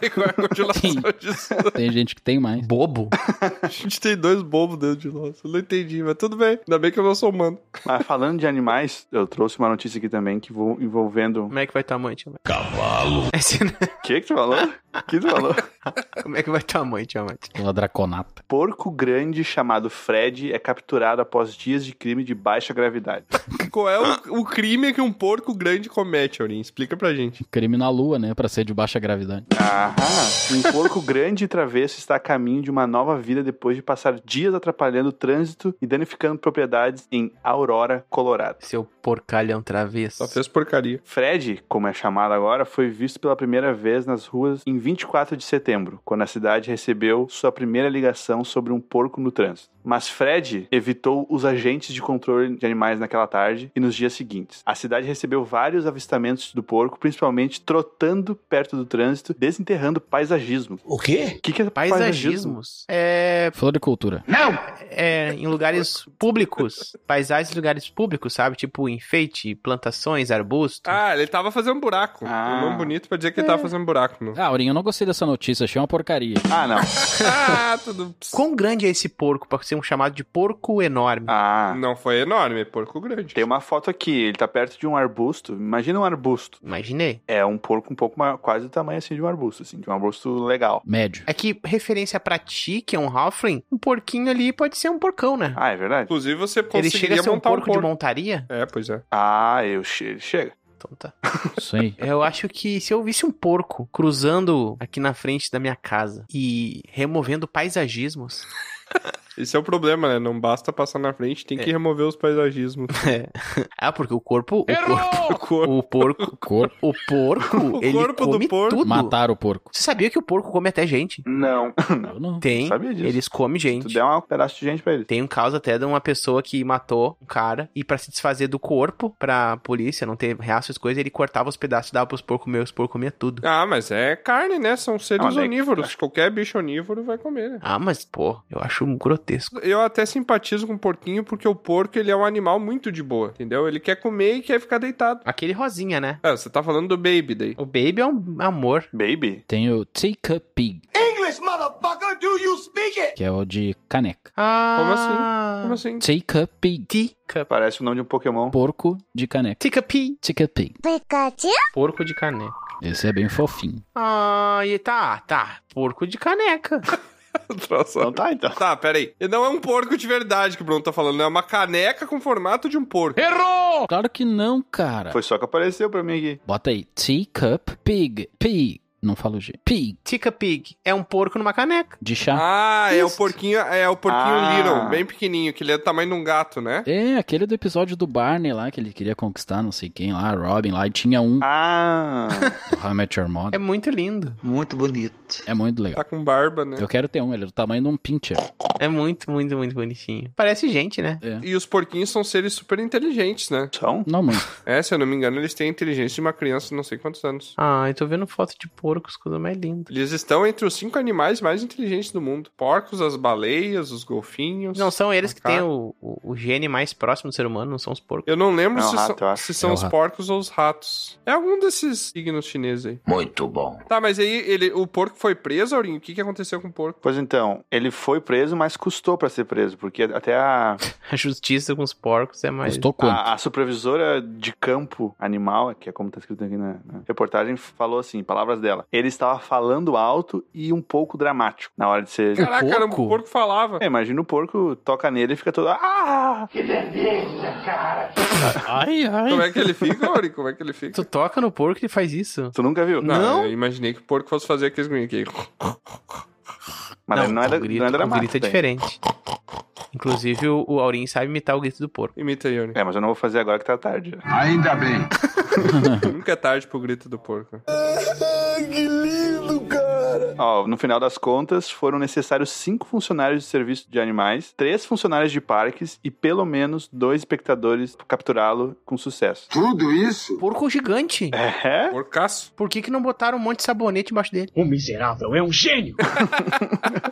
daí qual é a continuação disso? Tem gente que tem mais. Bobo. A gente tem dois bobos dentro de nós. Eu não entendi, mas tudo bem. Ainda bem que eu não sou humano. Mas falando de animais, eu trouxe uma notícia aqui também que vou envolvendo. Como é que vai tua mãe, tia mãe? Cavalo. O que que tu falou? O que tu falou? Como é que vai tua mãe, tia mãe? Pela draconata. Porco grande chamado Fred é capturado após dias de crime de baixa gravidade. Qual é o, o crime que um porco grande comete, Aurim? Explica pra gente. Crime na lua, né? Pra ser de baixa gravidade. Aham. Um porco grande e travesso está a caminho de uma nova vida depois de passar dias atrapalhando o trânsito e danificando propriedades em Aurora, Colorado. Seu porcalhão travesso. Só fez porcaria. Fred, como é chamado agora, foi visto pela primeira vez nas ruas em 24 de setembro, quando a cidade recebeu sua primeira ligação sobre um porco no trânsito. Mas Fred evitou os agentes de controle de animais naquela tarde e nos dias seguintes. A cidade recebeu vários avistamentos do porco, principalmente trotando perto do trânsito, desenterrando paisagismo. O quê? O que, que é paisagismo? Paisagismos. É, Floricultura. é, em lugares públicos. Paisagens em lugares públicos, sabe? Tipo enfeite, plantações, arbustos. Ah, ele tava fazendo buraco. Ah. O nome bonito pra dizer que ele tava fazendo buraco. Não. Ah, Aurinho, eu não gostei dessa notícia. Achei uma porcaria. Ah, não. Ah, tudo... Quão grande é esse porco pra ser um chamado de porco enorme? Ah. Não foi enorme, é porco grande. um Tem uma foto aqui, ele tá perto de um arbusto. Imagina um arbusto. Imaginei. É um porco um pouco maior, quase do tamanho assim de um arbusto, assim, de um arbusto legal. Médio. É que referência pra ti, que é um halfling, um porquinho ali pode ser um porcão, né? Ah, é verdade? Inclusive, você Ele conseguiria chega a ser um montar porco, de montaria? É, pois é. Ah, eu che chega. Então tá. Isso aí. Eu acho que se eu visse um porco cruzando aqui na frente da minha casa e removendo paisagismos, Esse é o problema, né? Não basta passar na frente, tem É. que remover os paisagismos. Ah, porque o corpo. O corpo. O corpo, O porco. Corpo. O porco. O ele corpo do come porco. tudo. Mataram o porco. Você sabia que o porco come até gente? Não. Eu não. Tem. Sabia disso. Eles comem Tu gente. der um pedaço de gente pra ele. Tem um caso até de uma pessoa que matou um cara e pra se desfazer do corpo, pra polícia não ter reaço e coisas, ele cortava os pedaços e dava pros porcos comer, os porcos comiam tudo. Ah, mas é carne, né? São Não, seres mas é- onívoros. Qualquer bicho onívoro vai comer, né? Ah, mas, pô, eu acho grotesco. Eu até simpatizo com o porquinho, porque o porco, ele é um animal muito de boa, entendeu? Ele quer comer e quer ficar deitado. Aquele rosinha, né? Ah, você tá falando do baby daí. O baby é um amor. Baby? Tem o Take a Pig, English, motherfucker, do you speak it? que é o de caneca. Ah. Como assim? Como assim? Take a Pig. Tica. Parece o nome de um Pokémon. Porco de caneca. Tica pi. Take a Pig. Porco de caneca. Esse é bem fofinho. Ah, e tá, tá. Porco de caneca. Troço Então tá, então. Tá, peraí. E não é um porco de verdade que o Bruno tá falando, é uma caneca com formato de um porco. Claro que não, cara. É. Foi só que apareceu pra mim aqui. Bota aí. Teacup Pig. Pig. Não falo G. Pig. Tica Pig é um porco numa caneca. De chá. Ah, é o Isso. porquinho, é o porquinho Ah. Little, bem pequenininho, que ele é do tamanho de um gato, né? É, aquele do episódio do Barney lá, que ele queria conquistar não sei quem lá, Robin lá, e tinha um Ah! do How I Met Your É Mother. muito lindo. Muito bonito. É muito legal. Tá com barba, né? Eu quero ter um, ele é do tamanho de um pincher. É muito, muito, muito bonitinho. Parece gente, né? E os porquinhos são seres super inteligentes, né? São? Não muito. É, se eu não me engano, eles têm a inteligência de uma criança de não sei quantos anos. Ah, eu tô vendo foto de porcos, coisa mais linda. Eles estão entre os cinco animais mais inteligentes do mundo. Porcos, as baleias, os golfinhos. Não são eles que macaco. têm o, o, o gene mais próximo do ser humano, não são os porcos. Eu não lembro É um se, rato, são, eu acho. se são É um os rato. porcos ou os ratos. É algum desses signos chineses aí. Muito bom. Tá, mas aí ele, o porco foi preso, Aurinho? O que, que aconteceu com o porco? Pois então, ele foi preso, mas custou pra ser preso, porque até a, A justiça com os porcos é mais. Custou quanto? a, a supervisora de campo animal, que é como tá escrito aqui na, na reportagem, falou assim, palavras dela. Ele estava falando alto e um pouco dramático na hora de ser. Caraca, cara, o porco? porco falava. É, imagina o porco toca nele e fica todo. Ah! Ai, ai. Como é que ele fica, Aurinho? Como é que ele fica? Ah, Tu toca no porco e ele faz isso. Tu nunca viu? Não? eu imaginei que o porco fosse fazer aqueles grunhos aqui. Mas ele não, é, da- o grito, não é o grito dramático. é daí. diferente. Inclusive, o, o Aurim sabe imitar o grito do porco. Imita aí, Aurinho. É, mas eu não vou fazer agora que tá tarde. Ainda bem. Nunca é tarde pro grito do porco. Ó, no final das contas, foram necessários cinco funcionários de serviço de animais, três funcionários de parques e pelo menos dois espectadores pra capturá-lo com sucesso. Tudo isso? Porco gigante! É? Porcaço. Por que, que não botaram um monte de sabonete embaixo dele? O miserável é um gênio.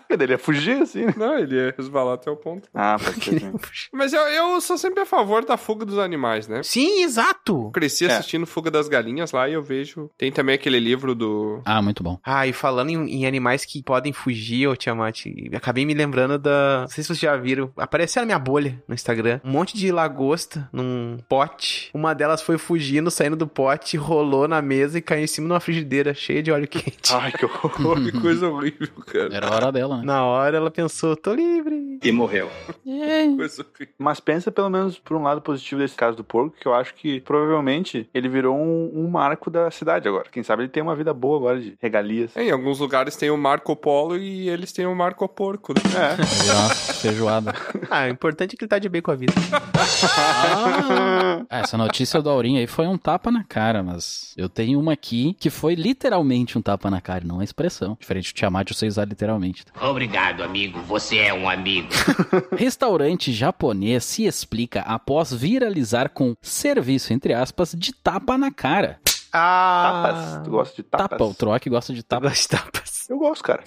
Ele ia fugir assim, né? Não, ele ia resvalar até o ponto. Ah, pode ser. sim. Mas eu, eu sou sempre a favor da fuga dos animais, né? Sim, exato! Eu cresci É. assistindo Fuga das Galinhas lá e eu vejo. Tem também aquele livro do. Ah, muito bom. Ah, e falando em, em animais que podem fugir, ô Tiamat, acabei me lembrando da. Não sei se vocês já viram, apareceu na minha bolha no Instagram um monte de lagosta num pote. Uma delas foi fugindo, saindo do pote, rolou na mesa e caiu em cima de uma frigideira cheia de óleo quente. Ai, que horror. Pô, que coisa horrível, cara. Era a hora dela, né? Na hora ela pensou, tô livre. E morreu. É. Que coisa horrível. Mas pensa pelo menos por um lado positivo desse caso do porco, que eu acho que provavelmente ele virou um, um marco da cidade agora. Quem sabe ele tem uma vida boa agora de regalias. É, Em alguns lugares tem o Marco Polo e eles têm o Marco Porco. né? É. Vai virar uma feijoada. Ah, o importante é que ele tá de bem com a vida. Ah, essa notícia do Aurinho aí foi um tapa na cara, mas eu tenho uma aqui que foi literalmente um tapa na cara, não é expressão. Diferente do Tiamat, você usar literalmente. tá? Obrigado, amigo. Você é um amigo. Restaurante japonês se explica após viralizar com serviço, entre aspas, de tapa na cara. Ah, Tapas. Tu gosta de tapas? Tapa, o Troque gosta de tapa. Tapas, tapas. Eu gosto, cara.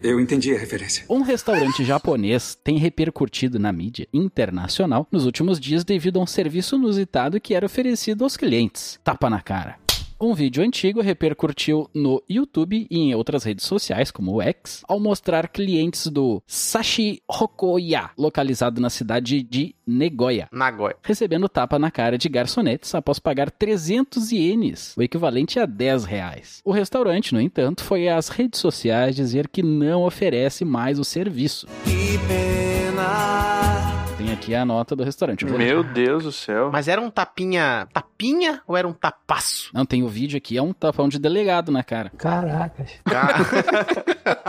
Eu entendi a referência. Um restaurante japonês tem repercutido na mídia internacional nos últimos dias devido a um serviço inusitado que era oferecido aos clientes. Tapa na cara. Um vídeo antigo repercutiu no YouTube e em outras redes sociais, como o X, ao mostrar clientes do Sashi Hokoya, localizado na cidade de Negoya, Nagoya. recebendo tapa na cara de garçonetes após pagar 300 ienes, o equivalente a 10 reais. O restaurante, no entanto, foi às redes sociais dizer que não oferece mais o serviço. Tem aqui a nota do restaurante. Eu vou ler. Meu Deus do céu. Mas era um tapinha. Tapinha ou era um tapaço? Não, tem o vídeo aqui, é um tapão de delegado na cara. Caracas. Ah.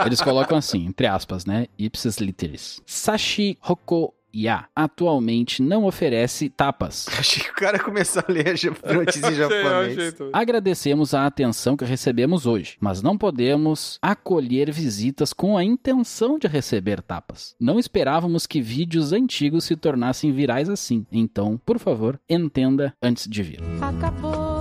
Eles colocam assim, entre aspas, né? Ipsis literis. Sashi Hoko Ya atualmente não oferece tapas. Achei que o cara começou a ler a notícia em Sei lá, o japonês. jeito. Agradecemos a atenção que recebemos hoje, mas não podemos acolher visitas com a intenção de receber tapas. Não esperávamos que vídeos antigos se tornassem virais assim, então, por favor, entenda antes de vir. Acabou.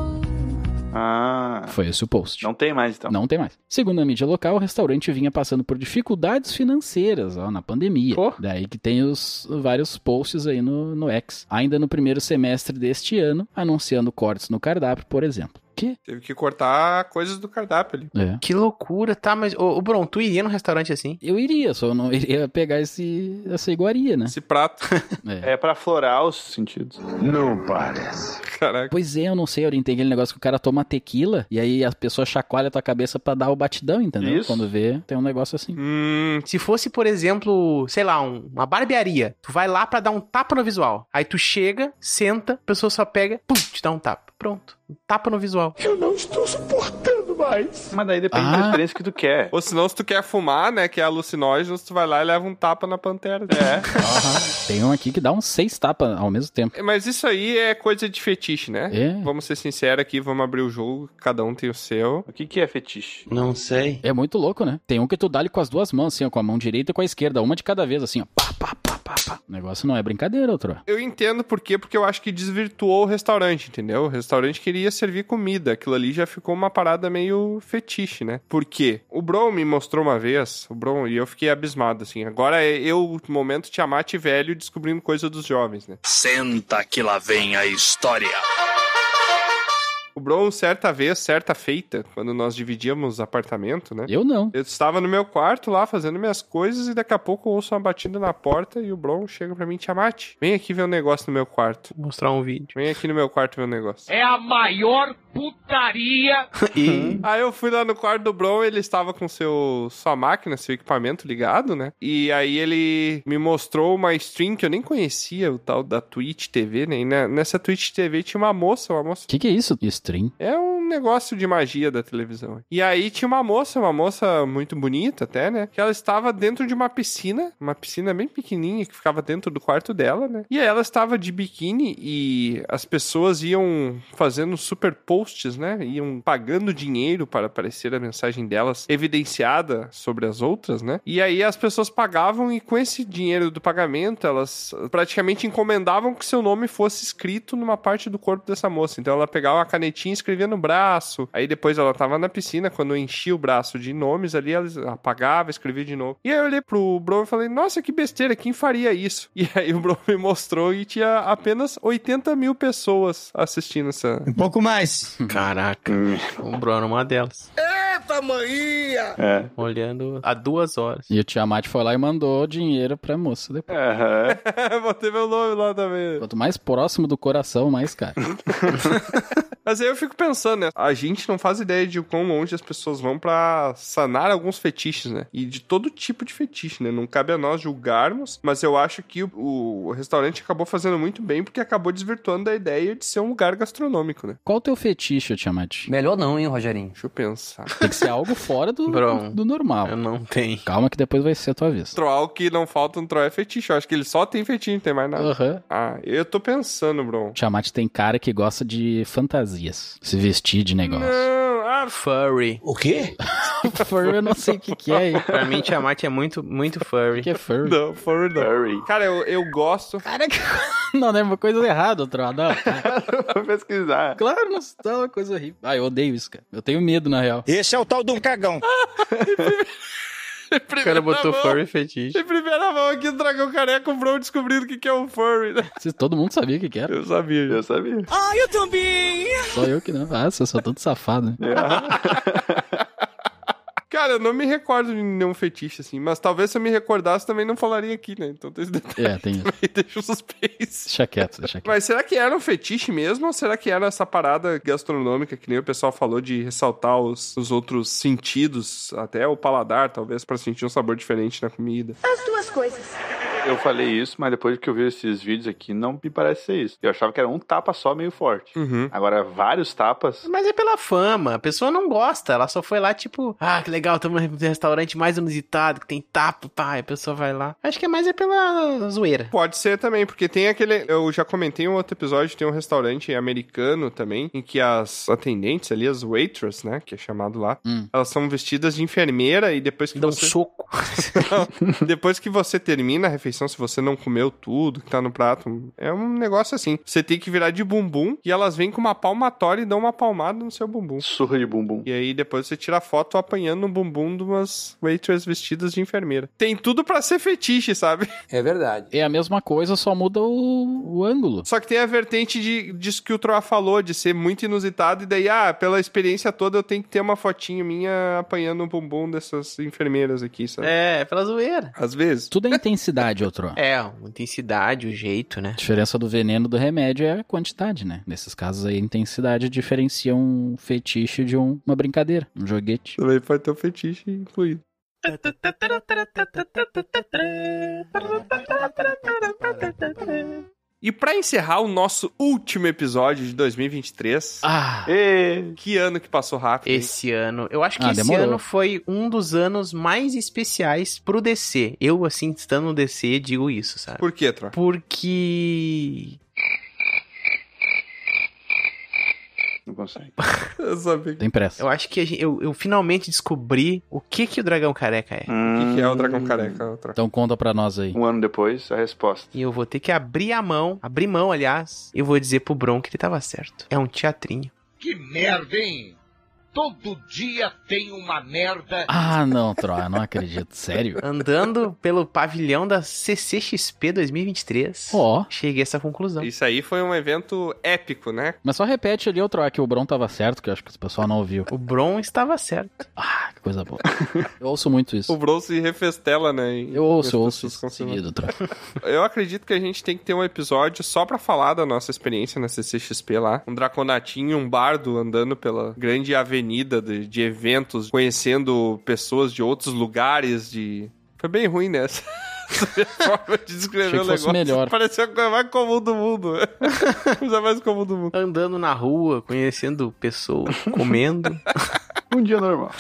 Ah. Foi esse o post. Não tem mais então. Não tem mais. Segundo a mídia local, o restaurante vinha passando por dificuldades financeiras ó, na pandemia. Pô. Daí que tem os vários posts aí no, no X. Ainda no primeiro semestre deste ano, anunciando cortes no cardápio, por exemplo. Que? Teve que cortar coisas do cardápio ali. É. Que loucura, tá? Mas, ô, ô Bron, tu iria num restaurante assim? Eu iria, só não iria pegar esse, essa iguaria, né? Esse prato. É. É pra florar os sentidos. Não parece. Caraca. Pois é, eu não sei, Aurim, tem aquele negócio que o cara toma tequila e aí a pessoa chacoalha a tua cabeça pra dar o batidão, entendeu? Isso. Quando vê, tem um negócio assim. Hum, Se fosse, por exemplo, sei lá, um- uma barbearia, tu vai lá pra dar um tapa no visual. Aí tu chega, senta, a pessoa só pega, pum, te dá um tapa. Pronto. Um tapa no visual. Eu não estou suportando mais. faz. Mas daí depende da Ah. experiência que tu quer. Ou senão, se tu quer fumar, né, que é alucinógeno, tu vai lá e leva um tapa na pantera. É. Tem um aqui que dá uns seis tapas ao mesmo tempo. Mas isso aí é coisa de fetiche, né? É. Vamos ser sinceros aqui, vamos abrir o jogo, cada um tem o seu. O que, que é fetiche? Não sei. É muito louco, né? Tem um que tu dá ali com as duas mãos, assim, ó, com a mão direita e com a esquerda, uma de cada vez, assim, ó. Pá, pá, pá, pá, pá. O negócio não é brincadeira, outro. Eu entendo por quê, porque eu acho que desvirtuou o restaurante, entendeu? O restaurante queria servir comida, aquilo ali já ficou uma parada meio fetiche, né? Por quê? O Bron me mostrou uma vez, o Bron, e eu fiquei abismado, assim. Agora é eu, momento Tiamat velho, descobrindo coisa dos jovens, né? Senta que lá vem a história. O Bron, certa vez, certa feita, quando nós dividíamos apartamento, né? Eu não. Eu estava no meu quarto lá fazendo minhas coisas e daqui a pouco eu ouço uma batida na porta e o Bron chega pra mim, Tiamat, vem aqui ver um negócio no meu quarto. Vou mostrar um vídeo. Vem aqui no meu quarto ver um negócio. É a maior putaria. E Aí eu fui lá no quarto do Bron, ele estava com seu sua máquina, seu equipamento ligado, né? E aí ele me mostrou uma stream que eu nem conhecia, o tal da Twitch TV, né? E na- nessa Twitch TV tinha uma moça, uma moça O que, que é isso? Stream? É um negócio de magia da televisão. E aí tinha uma moça, uma moça muito bonita até, né? Que ela estava dentro de uma piscina, uma piscina bem pequenininha que ficava dentro do quarto dela, né? E aí ela estava de biquíni e as pessoas iam fazendo super posts, né? Iam pagando dinheiro para aparecer a mensagem delas evidenciada sobre as outras, né? E aí as pessoas pagavam e com esse dinheiro do pagamento, elas praticamente encomendavam que seu nome fosse escrito numa parte do corpo dessa moça. Então ela pegava uma canetinha e escrevia no braço. Aí depois ela tava na piscina, quando enchia o braço de nomes ali, ela apagava, escrevia de novo. E aí eu olhei pro Bro e falei, nossa, que besteira, quem faria isso? E aí o Bro me mostrou e tinha apenas 80 mil pessoas assistindo essa. Um pouco mais. Caraca, o Bruno é uma delas. É. Olhando há duas horas. E o Tiamat foi lá e mandou dinheiro pra moça depois. Aham. Botei meu nome lá também. Quanto mais próximo do coração, mais caro. Mas aí eu fico pensando, né? A gente não faz ideia de quão longe as pessoas vão pra sanar alguns fetiches, né? E de todo tipo de fetiche, né? Não cabe a nós julgarmos, mas eu acho que o, o restaurante acabou fazendo muito bem porque acabou desvirtuando a ideia de ser um lugar gastronômico, né? Qual o teu fetiche, ô Tiamat? Melhor não, hein, Rogerinho? Deixa eu pensar. Tem que ser algo fora do, Bro. do normal. Eu não tenho. Calma que depois vai ser a tua vez. Troll que não falta um troll é fetiche. Eu acho que ele só tem fetiche, não tem mais nada. Aham. Ah, eu tô pensando, Bron. Tiamat tem cara que gosta de fantasias. Se vestir de negócio. Não, ah, Furry. O quê? Furry, eu não sei o que, que é. hein? O Pra mim, Tiamat é muito, muito que furry. que é furry? não, for não. Furry. Cara, eu, eu gosto. Cara, que... não, né? Coisa errada, Troll. Não, Vou pesquisar. Claro, não tá uma coisa horrível. Ah, eu odeio isso, cara. Eu tenho medo, na real. Esse é o tal de um cagão. O cara botou mão. furry fetiche. Em primeira mão aqui do Dragão Careca, o Bron descobrindo o que que é um furry, né? Vocês- Todo mundo sabia o que, que era. Eu sabia, já. Eu sabia. Só eu que não. Ah, vocês são todos safados. né? Cara, eu não me recordo de nenhum fetiche, assim. Mas talvez se eu me recordasse, também não falaria aqui, né? Então tem esse detalhe É, tem isso. aí, deixa o suspense. Deixa quieto, deixa quieto. Mas será que era um fetiche mesmo? Ou será que era essa parada gastronômica que nem o pessoal falou de ressaltar os, os outros sentidos, até o paladar, talvez, pra sentir um sabor diferente na comida? Eu falei isso, mas depois que eu vi esses vídeos aqui, não me parece ser isso. Eu achava que era um tapa só meio forte. Uhum. Agora, vários tapas. Mas é pela fama. A pessoa não gosta. Ela só foi lá, tipo, ah, que legal, estamos no restaurante mais inusitado, que tem tapo, pá. E a pessoa vai lá. Acho que é mais é pela zoeira. Pode ser também, porque tem aquele. Eu já comentei em um outro episódio, tem um restaurante americano também, em que as atendentes ali, as waitress, né? Que é chamado lá, Hum. elas são vestidas de enfermeira e depois que Dá um você. soco. Depois que você termina a refeição, se você não comeu tudo que tá no prato, é um negócio assim. Você tem que virar de bumbum e elas vêm com uma palmatória e dão uma palmada no seu bumbum. Surra de bumbum. E aí depois você tira a foto apanhando o bumbum de umas waitress vestidas de enfermeira. Tem tudo pra ser fetiche, sabe? É verdade. É a mesma coisa, só muda o, o ângulo. Só que tem a vertente de, disso que o Troa falou, de ser muito inusitado, e daí, ah, pela experiência toda eu tenho que ter uma fotinho minha apanhando o bumbum dessas enfermeiras aqui, sabe? É, é pela zoeira. Às vezes. Tudo é intensidade, outro. É, a intensidade, o jeito, né? A diferença do veneno do remédio é a quantidade, né? Nesses casos aí, a intensidade diferencia um fetiche de um- uma brincadeira, um joguete. Também pode ter um fetiche incluído. E para encerrar o nosso último episódio de 2023. Ah! E... Que ano que passou rápido. hein? Esse ano. Eu acho que Ah, esse demorou. ano foi um dos anos mais especiais pro DC. Eu, assim, estando no DC, digo isso, sabe? Por quê, Tro? Porque. Não consegue. Eu sabia que Tem pressa. Eu acho que a gen- eu, eu finalmente descobri o que que o Dragão Careca O é. que que é o Dragão Careca, Tro? Então conta pra nós aí. Um ano depois, a resposta. E eu vou ter que abrir a mão, abrir mão, aliás, eu vou dizer pro Bron que ele tava certo. É um teatrinho. Que merda, hein? Todo dia tem uma É. merda. Ah, não, Troa, não acredito. Sério? Andando pelo pavilhão da CCXP 2023, Ó. cheguei a essa conclusão. Isso aí foi um evento épico, né? Mas só repete ali, ô Troa, que o Bron tava certo, que eu acho que o pessoal não ouviu. O Bron estava certo. Ah, que coisa boa. Eu ouço muito O isso. Bro se refestela, né? em- Eu ouço, eu em ouço pessoas isso com seu- seguido, Troa. Eu acredito que a gente tem que ter um episódio só pra falar da nossa experiência na CCXP lá. Um draconatinho, um bardo andando pela grande avenida de, de eventos, conhecendo pessoas de outros lugares, de... Foi bem ruim nessa. Essa forma de descrever Achei o que fosse negócio. melhor. Parecia a coisa mais comum do mundo. coisa mais comum do mundo. Andando na rua, conhecendo pessoas, comendo. Um dia normal.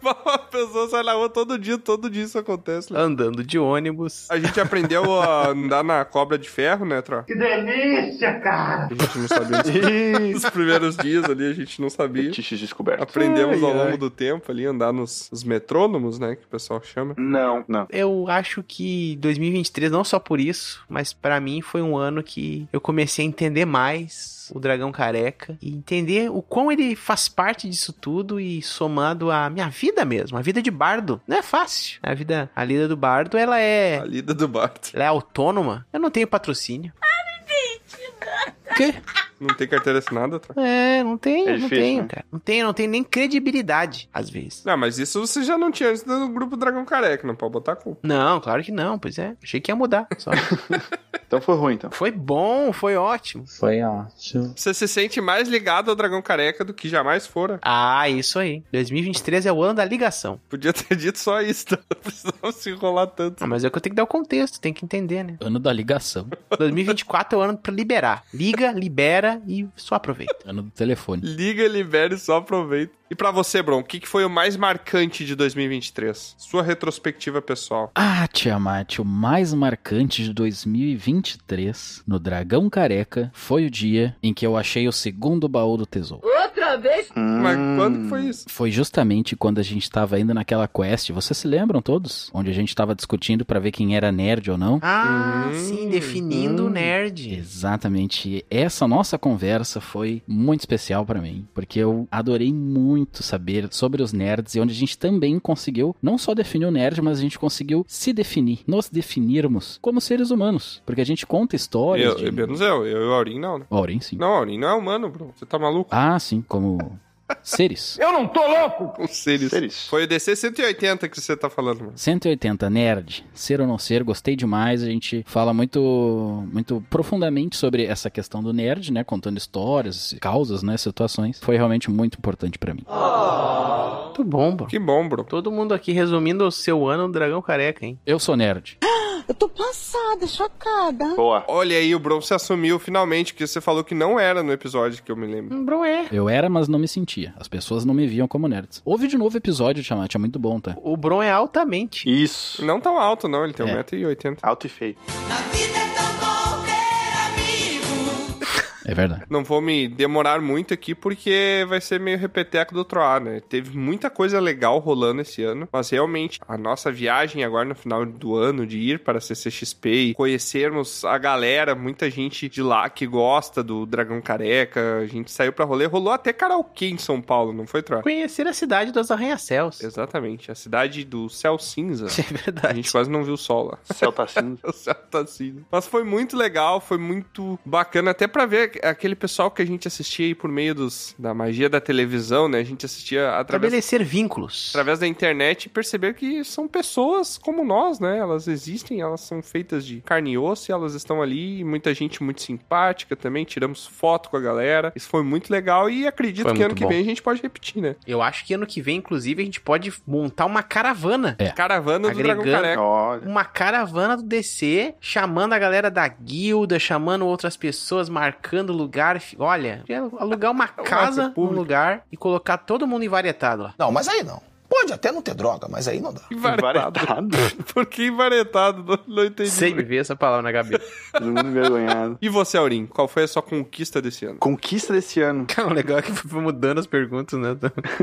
Uma pessoa sai na rua todo dia, todo dia isso acontece. né? andando de ônibus. A gente aprendeu a andar na cobra de ferro, né, Tro? Que delícia, cara! A gente não sabia disso. Ih, Nos primeiros dias ali a gente não sabia. Fetiches descobertos. Aprendemos ao Ai, longo ai. do tempo ali, andar nos os metrônomos, né? Que o pessoal chama. Não, não. Eu acho que 2023, não só por isso, mas pra mim foi um ano que eu comecei a entender mais o Dragão Careca e entender o quão ele faz parte disso tudo e somado à minha vida mesmo, a vida de bardo. Não é fácil. A vida, a lida do bardo, ela A é, lida do Bart. ela é autônoma. Eu não tenho patrocínio. O quê? Não tem carteira assinada, tá? É, não tenho, É não difícil, tenho, né? cara. Não tenho, não tenho nem credibilidade às vezes. Não, mas isso você já não tinha antes do grupo Dragão Careca, não pode botar a culpa. Não, claro que não, pois é. Achei que ia mudar. Só. Então foi ruim, então. foi bom, foi ótimo. Foi ótimo. Você se sente mais ligado ao Dragão Careca do que jamais fora. Ah, isso aí. 2023 é o ano da ligação. Podia ter dito só isso, tá? não precisava se enrolar tanto. Ah, mas é que eu tenho que dar o contexto, tem que entender, né? Ano da ligação. 2024 é o ano pra liberar. Liga, libera e só aproveita. Ano do telefone. Liga, libera e só aproveita. E pra você, Bron, o que que foi o mais marcante de 2023? Sua retrospectiva pessoal. Ah, Tiamat, o mais marcante de 2023 no Dragão Careca foi o dia em que eu achei o segundo baú do tesouro. Outra vez? Mas Hum. quando que foi isso? Foi justamente quando a gente tava ainda naquela quest, vocês se lembram todos? Onde a gente tava discutindo pra ver quem era nerd ou não? Ah, Hum, sim, definindo o nerd. Exatamente. Essa nossa conversa foi muito especial pra mim, porque eu adorei muito saber sobre os nerds e onde a gente também conseguiu não só definir o nerd, mas a gente conseguiu se definir, nos definirmos como seres humanos, porque a gente conta histórias Eu, de menos eu, eu e o Aurim não, né? Aurim, sim. Não, Aurim não é humano, Bron. Você tá maluco? Ah, sim, como seres. Eu não tô louco! Com seres. Seres. Foi o DC 180 que você tá falando, mano. 180, nerd, ser ou não ser, gostei demais. A gente fala muito muito profundamente sobre essa questão do nerd, né? Contando histórias, causas, né? Situações. Foi realmente muito importante pra mim. Muito bom, bro. Que bom, bro. Todo mundo aqui resumindo o seu ano do Dragão Careca, hein? Eu sou nerd. Eu tô passada, chocada. Boa. Olha aí, o Bron se assumiu finalmente, que você falou que não era no episódio que eu me lembro. Hum, bro, é. Eu era, mas não me sentia. As pessoas não me viam como nerds. Houve de novo o episódio, Tiamat, é muito bom, tá? O Bron é altamente. Isso. Não tão alto, não, ele tem É. 1,80m. Alto e feio. É verdade. Não vou me demorar muito aqui, porque vai ser meio repeteco do Troar, né? Teve muita coisa legal rolando esse ano, mas realmente a nossa viagem agora no final do ano de ir para a CCXP e conhecermos a galera, muita gente de lá que gosta do Dragão Careca, a gente saiu pra rolê, rolou até karaokê em São Paulo, não foi, Troar? Conhecer a cidade dos arranha-céus. Exatamente, a cidade do céu cinza. É A verdade. gente quase não viu o sol lá. Celta cinza. O céu tá cinza. Mas foi muito legal, foi muito bacana, até pra ver aquele pessoal que a gente assistia aí por meio dos, da magia da televisão, né? A gente assistia através Estabelecer vínculos. através da internet e perceber que são pessoas como nós, né? Elas existem, elas são feitas de carne e osso e elas estão ali. e Muita gente muito simpática também. Tiramos foto com a galera. Isso foi muito legal e acredito Foi que ano muito que bom. vem a gente pode repetir, né? Eu acho que ano que vem, inclusive, a gente pode montar uma caravana. É. Caravana do Dragão Agregando- Careca. Olha. Uma caravana do DC, chamando a galera da guilda, chamando outras pessoas, marcando lugar. Fi- Olha, podia alugar uma casa num público. lugar e colocar todo mundo invarietado lá. Não, mas aí não. Pode até não ter droga, mas aí não dá. Invaretado. Por que invaretado? Não, não entendi. Sem me ver essa palavra na cabeça. Todo mundo envergonhado. E você, Aurim, qual foi a sua conquista desse ano? Conquista desse ano. Cara, o legal é que foi mudando as perguntas, né?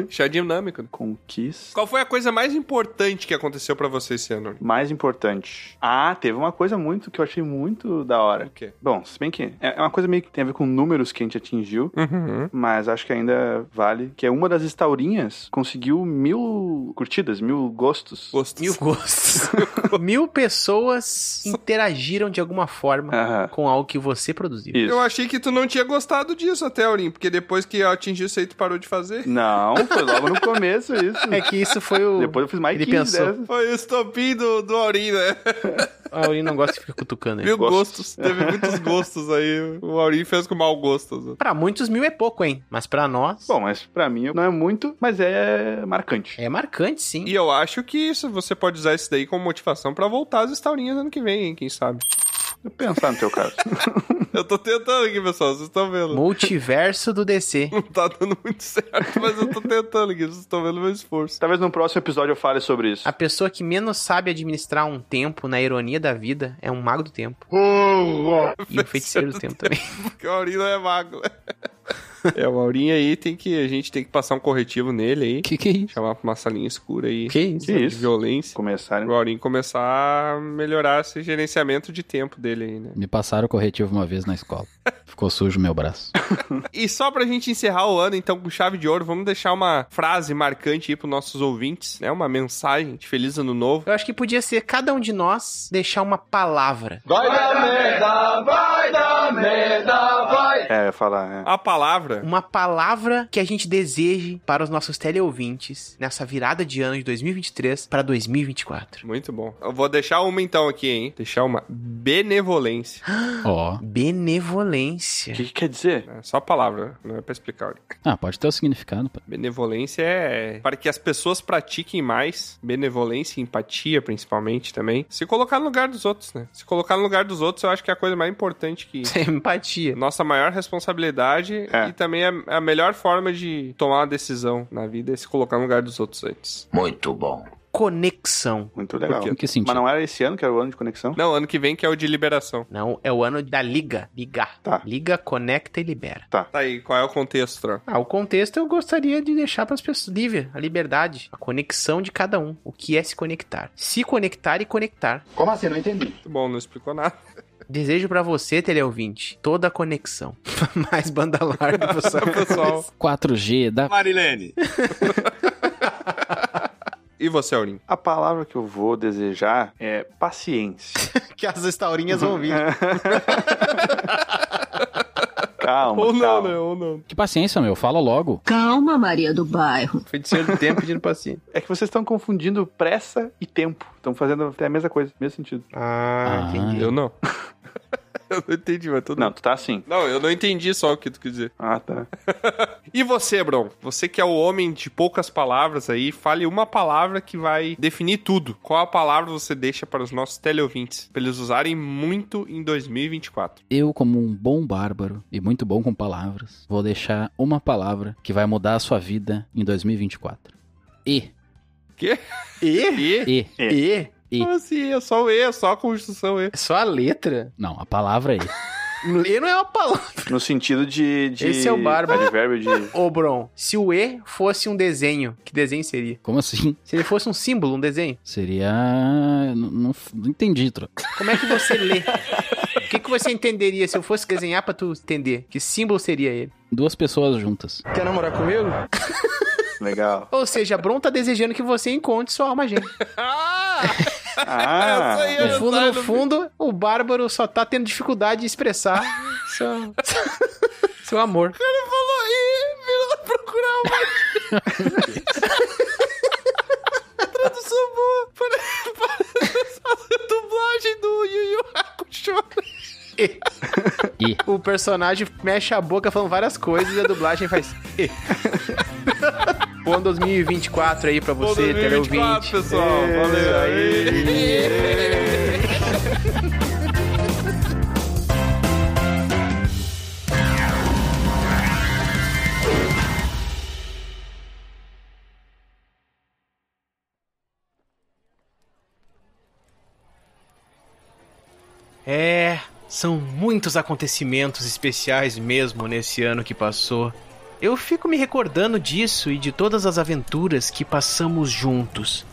Isso é dinâmico. né? Conquista. Qual foi a coisa mais importante que aconteceu pra você esse ano? Aurim? Mais importante. Ah, teve uma coisa muito que eu achei muito da hora. O quê? Bom, se bem que é é uma coisa meio que tem a ver com números que a gente atingiu, Uhum. mas acho que ainda vale. Que é uma das estaurinhas conseguiu mil curtidas, mil gostos. Gostos. Mil gostos. Mil pessoas interagiram de alguma forma Aham. com algo que você produziu. Isso. Eu achei que tu não tinha gostado disso até, Aurim, porque depois que atingiu isso aí, tu parou de fazer. Não, foi logo no começo isso. É que isso foi o. Depois eu fiz mais Ele 15 pensou. dessas. Foi o estopim do, do Aurim, né? Ah, ele não gosta de ficar cutucando ele. Mil gostos. Gostos. Teve muitos gostos aí. O Aurim fez com mau gosto. assim. Pra muitos, mil é pouco, hein? Mas pra nós, Bom, mas pra mim não é muito, mas é marcante. é marcante, sim. E eu acho que isso, você pode usar isso daí como motivação pra voltar às estaurinhas ano que vem, hein? Quem sabe? Eu pensar no teu caso. Eu tô tentando aqui, pessoal. Vocês estão vendo. Multiverso do DC. Não tá dando muito certo, mas eu tô tentando aqui. Vocês estão vendo o meu esforço. Talvez no próximo episódio eu fale sobre isso. A pessoa que menos sabe administrar um tempo na ironia da vida é um mago do tempo. E um feiticeiro do tempo também. Porque o Aurim não é mago, né? É, o Aurim aí tem que. A gente tem que passar um corretivo nele aí. Que que é isso? Chamar pra uma salinha escura aí. Que isso? Que De isso? Né? violência. Começaram. O Aurim começar a melhorar esse gerenciamento de tempo dele aí, né? Me passaram o corretivo uma vez na escola. Ficou sujo meu braço. E só pra gente encerrar o ano, então, com chave de ouro, vamos deixar uma frase marcante aí pros nossos ouvintes, né? Uma mensagem de feliz ano novo. Eu acho que podia ser cada um de nós deixar uma palavra. É, falar. É. A palavra. Uma palavra que a gente deseje para os nossos teleouvintes nessa virada de ano de 2023 para 2024. Muito bom. Eu vou deixar uma então aqui, hein? Deixar uma benevolência. Ó. O Benevolência. que, que quer dizer? É só a palavra, não é pra explicar. Aurim. Ah, pode ter o significado. pô. Benevolência é para que as pessoas pratiquem mais. Benevolência e empatia, principalmente, também. Se colocar no lugar dos outros, né? Se colocar no lugar dos outros, eu acho que é a coisa mais importante que... Sem empatia. Nossa maior responsabilidade É. e também a, a melhor forma de tomar uma decisão na vida é se colocar no lugar dos outros antes. Muito bom. Conexão. Muito legal. Em que Mas sentido? não era esse ano que era o ano de conexão? Não, ano que vem que é o de liberação. Não, é o ano da liga. Ligar. Tá. Liga, conecta e libera. Tá aí, qual é o contexto, Tro? Ah, o contexto eu gostaria de deixar para as pessoas livre, a liberdade, a conexão de cada um, o que é se conectar. Se conectar e conectar. Como assim? Não entendi. Muito bom, não explicou nada. Desejo para você, teleouvinte, toda a conexão. Mais banda larga, pessoal. tá, Pessoal. 4G, dá. Marilene. E você, Aurim? A palavra que eu vou desejar é paciência. que as estaurinhas vão vir. Calma, Ou não, calma. né? Ou não. Que paciência, meu. Fala logo. Calma, Maria do Bairro. Feiticeiro do tempo pedindo paciência. É que vocês estão confundindo pressa e tempo. Estão fazendo até a mesma coisa, mesmo sentido. Ah, Ah. entendi. Eu não. eu não entendi, mas tudo Não, tu tá assim. Não, eu não entendi só o que tu quis dizer. Ah, tá. E você, Bron? Você que é o homem de poucas palavras aí, fale uma palavra que vai definir tudo. Qual a palavra você deixa para os nossos teleouvintes? Pra eles usarem muito em 2024. Eu, como um bom bárbaro e muito bom com palavras, vou deixar uma palavra que vai mudar a sua vida em 2024. E. E? E? E. E? E. Como assim? É só o E, é só a construção E. É só a letra? Não, a palavra é E. E não é uma palavra. No sentido de. de Esse é o bárbaro. Advérbio de. Ô, Bron, se o E fosse um desenho, que desenho seria? Como assim? Se ele fosse um símbolo, um desenho? Seria. Não, não, não entendi, tro. Como é que você lê? O que, que você entenderia se eu fosse desenhar pra tu entender? Que símbolo seria ele? Duas pessoas juntas. Quer namorar comigo? Legal. Ou seja, a Bron tá desejando que você encontre sua alma gêmea. Ah! Ah, Essa aí É. No eu fundo, saio no do- fundo, o Bárbaro só tá tendo dificuldade de expressar sua, Seu amor. O cara falou aí, virou procurar uma. Tradução boa. Parece, parece a dublagem do Yu Yu Hakusho. O personagem mexe a boca falando várias coisas e a dublagem faz. E. Bom 2024 aí pra você, teleouvinte. pessoal. Valeu aí. É, são muitos acontecimentos especiais mesmo nesse ano que passou. Eu fico me recordando disso e de todas as aventuras que passamos juntos.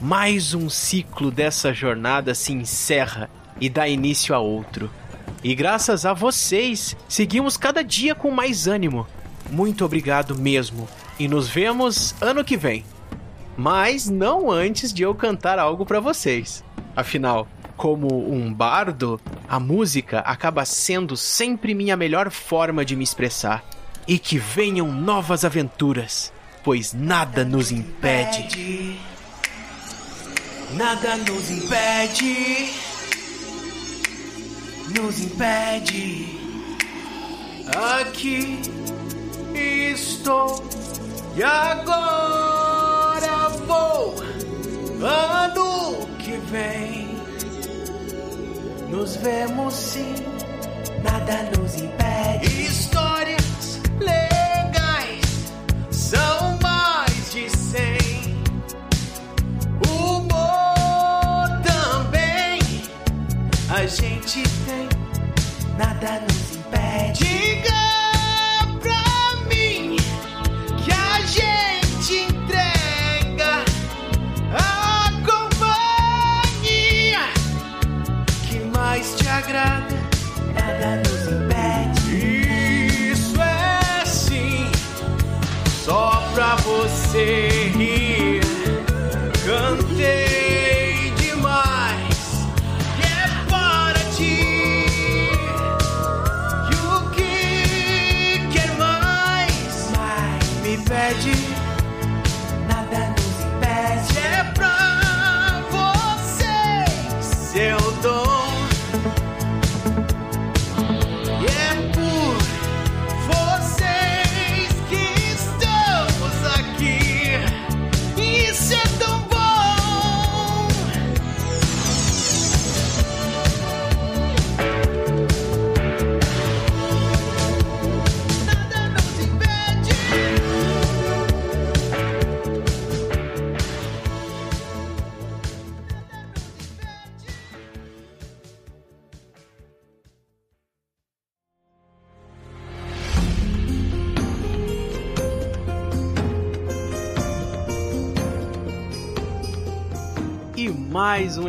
Mais um ciclo dessa jornada se encerra e dá início a outro. E graças a vocês, seguimos cada dia com mais ânimo. Muito obrigado mesmo e nos vemos ano que vem. Mas não antes de eu cantar algo pra vocês. Afinal, como um bardo, a música acaba sendo sempre minha melhor forma de me expressar. E que venham novas aventuras, pois nada nos impede. Nada nos impede. Nos impede. Aqui estou e agora vou. Ano que vem nos vemos sim. Nada nos impede. Histórias legais são mais de cem. Humor também a gente tem, nada nos impede. Diga pra mim que a gente entrega a companhia que mais te agrada, nada nos impede. Isso é sim, só pra você rir. Cantei demais, e é para ti. E o que quer mais? Mais me pede, nada nos impede. É pra vocês, seu dom. E é por vocês que estamos aqui. Isso é tão bom. Nada nos impede. E mais um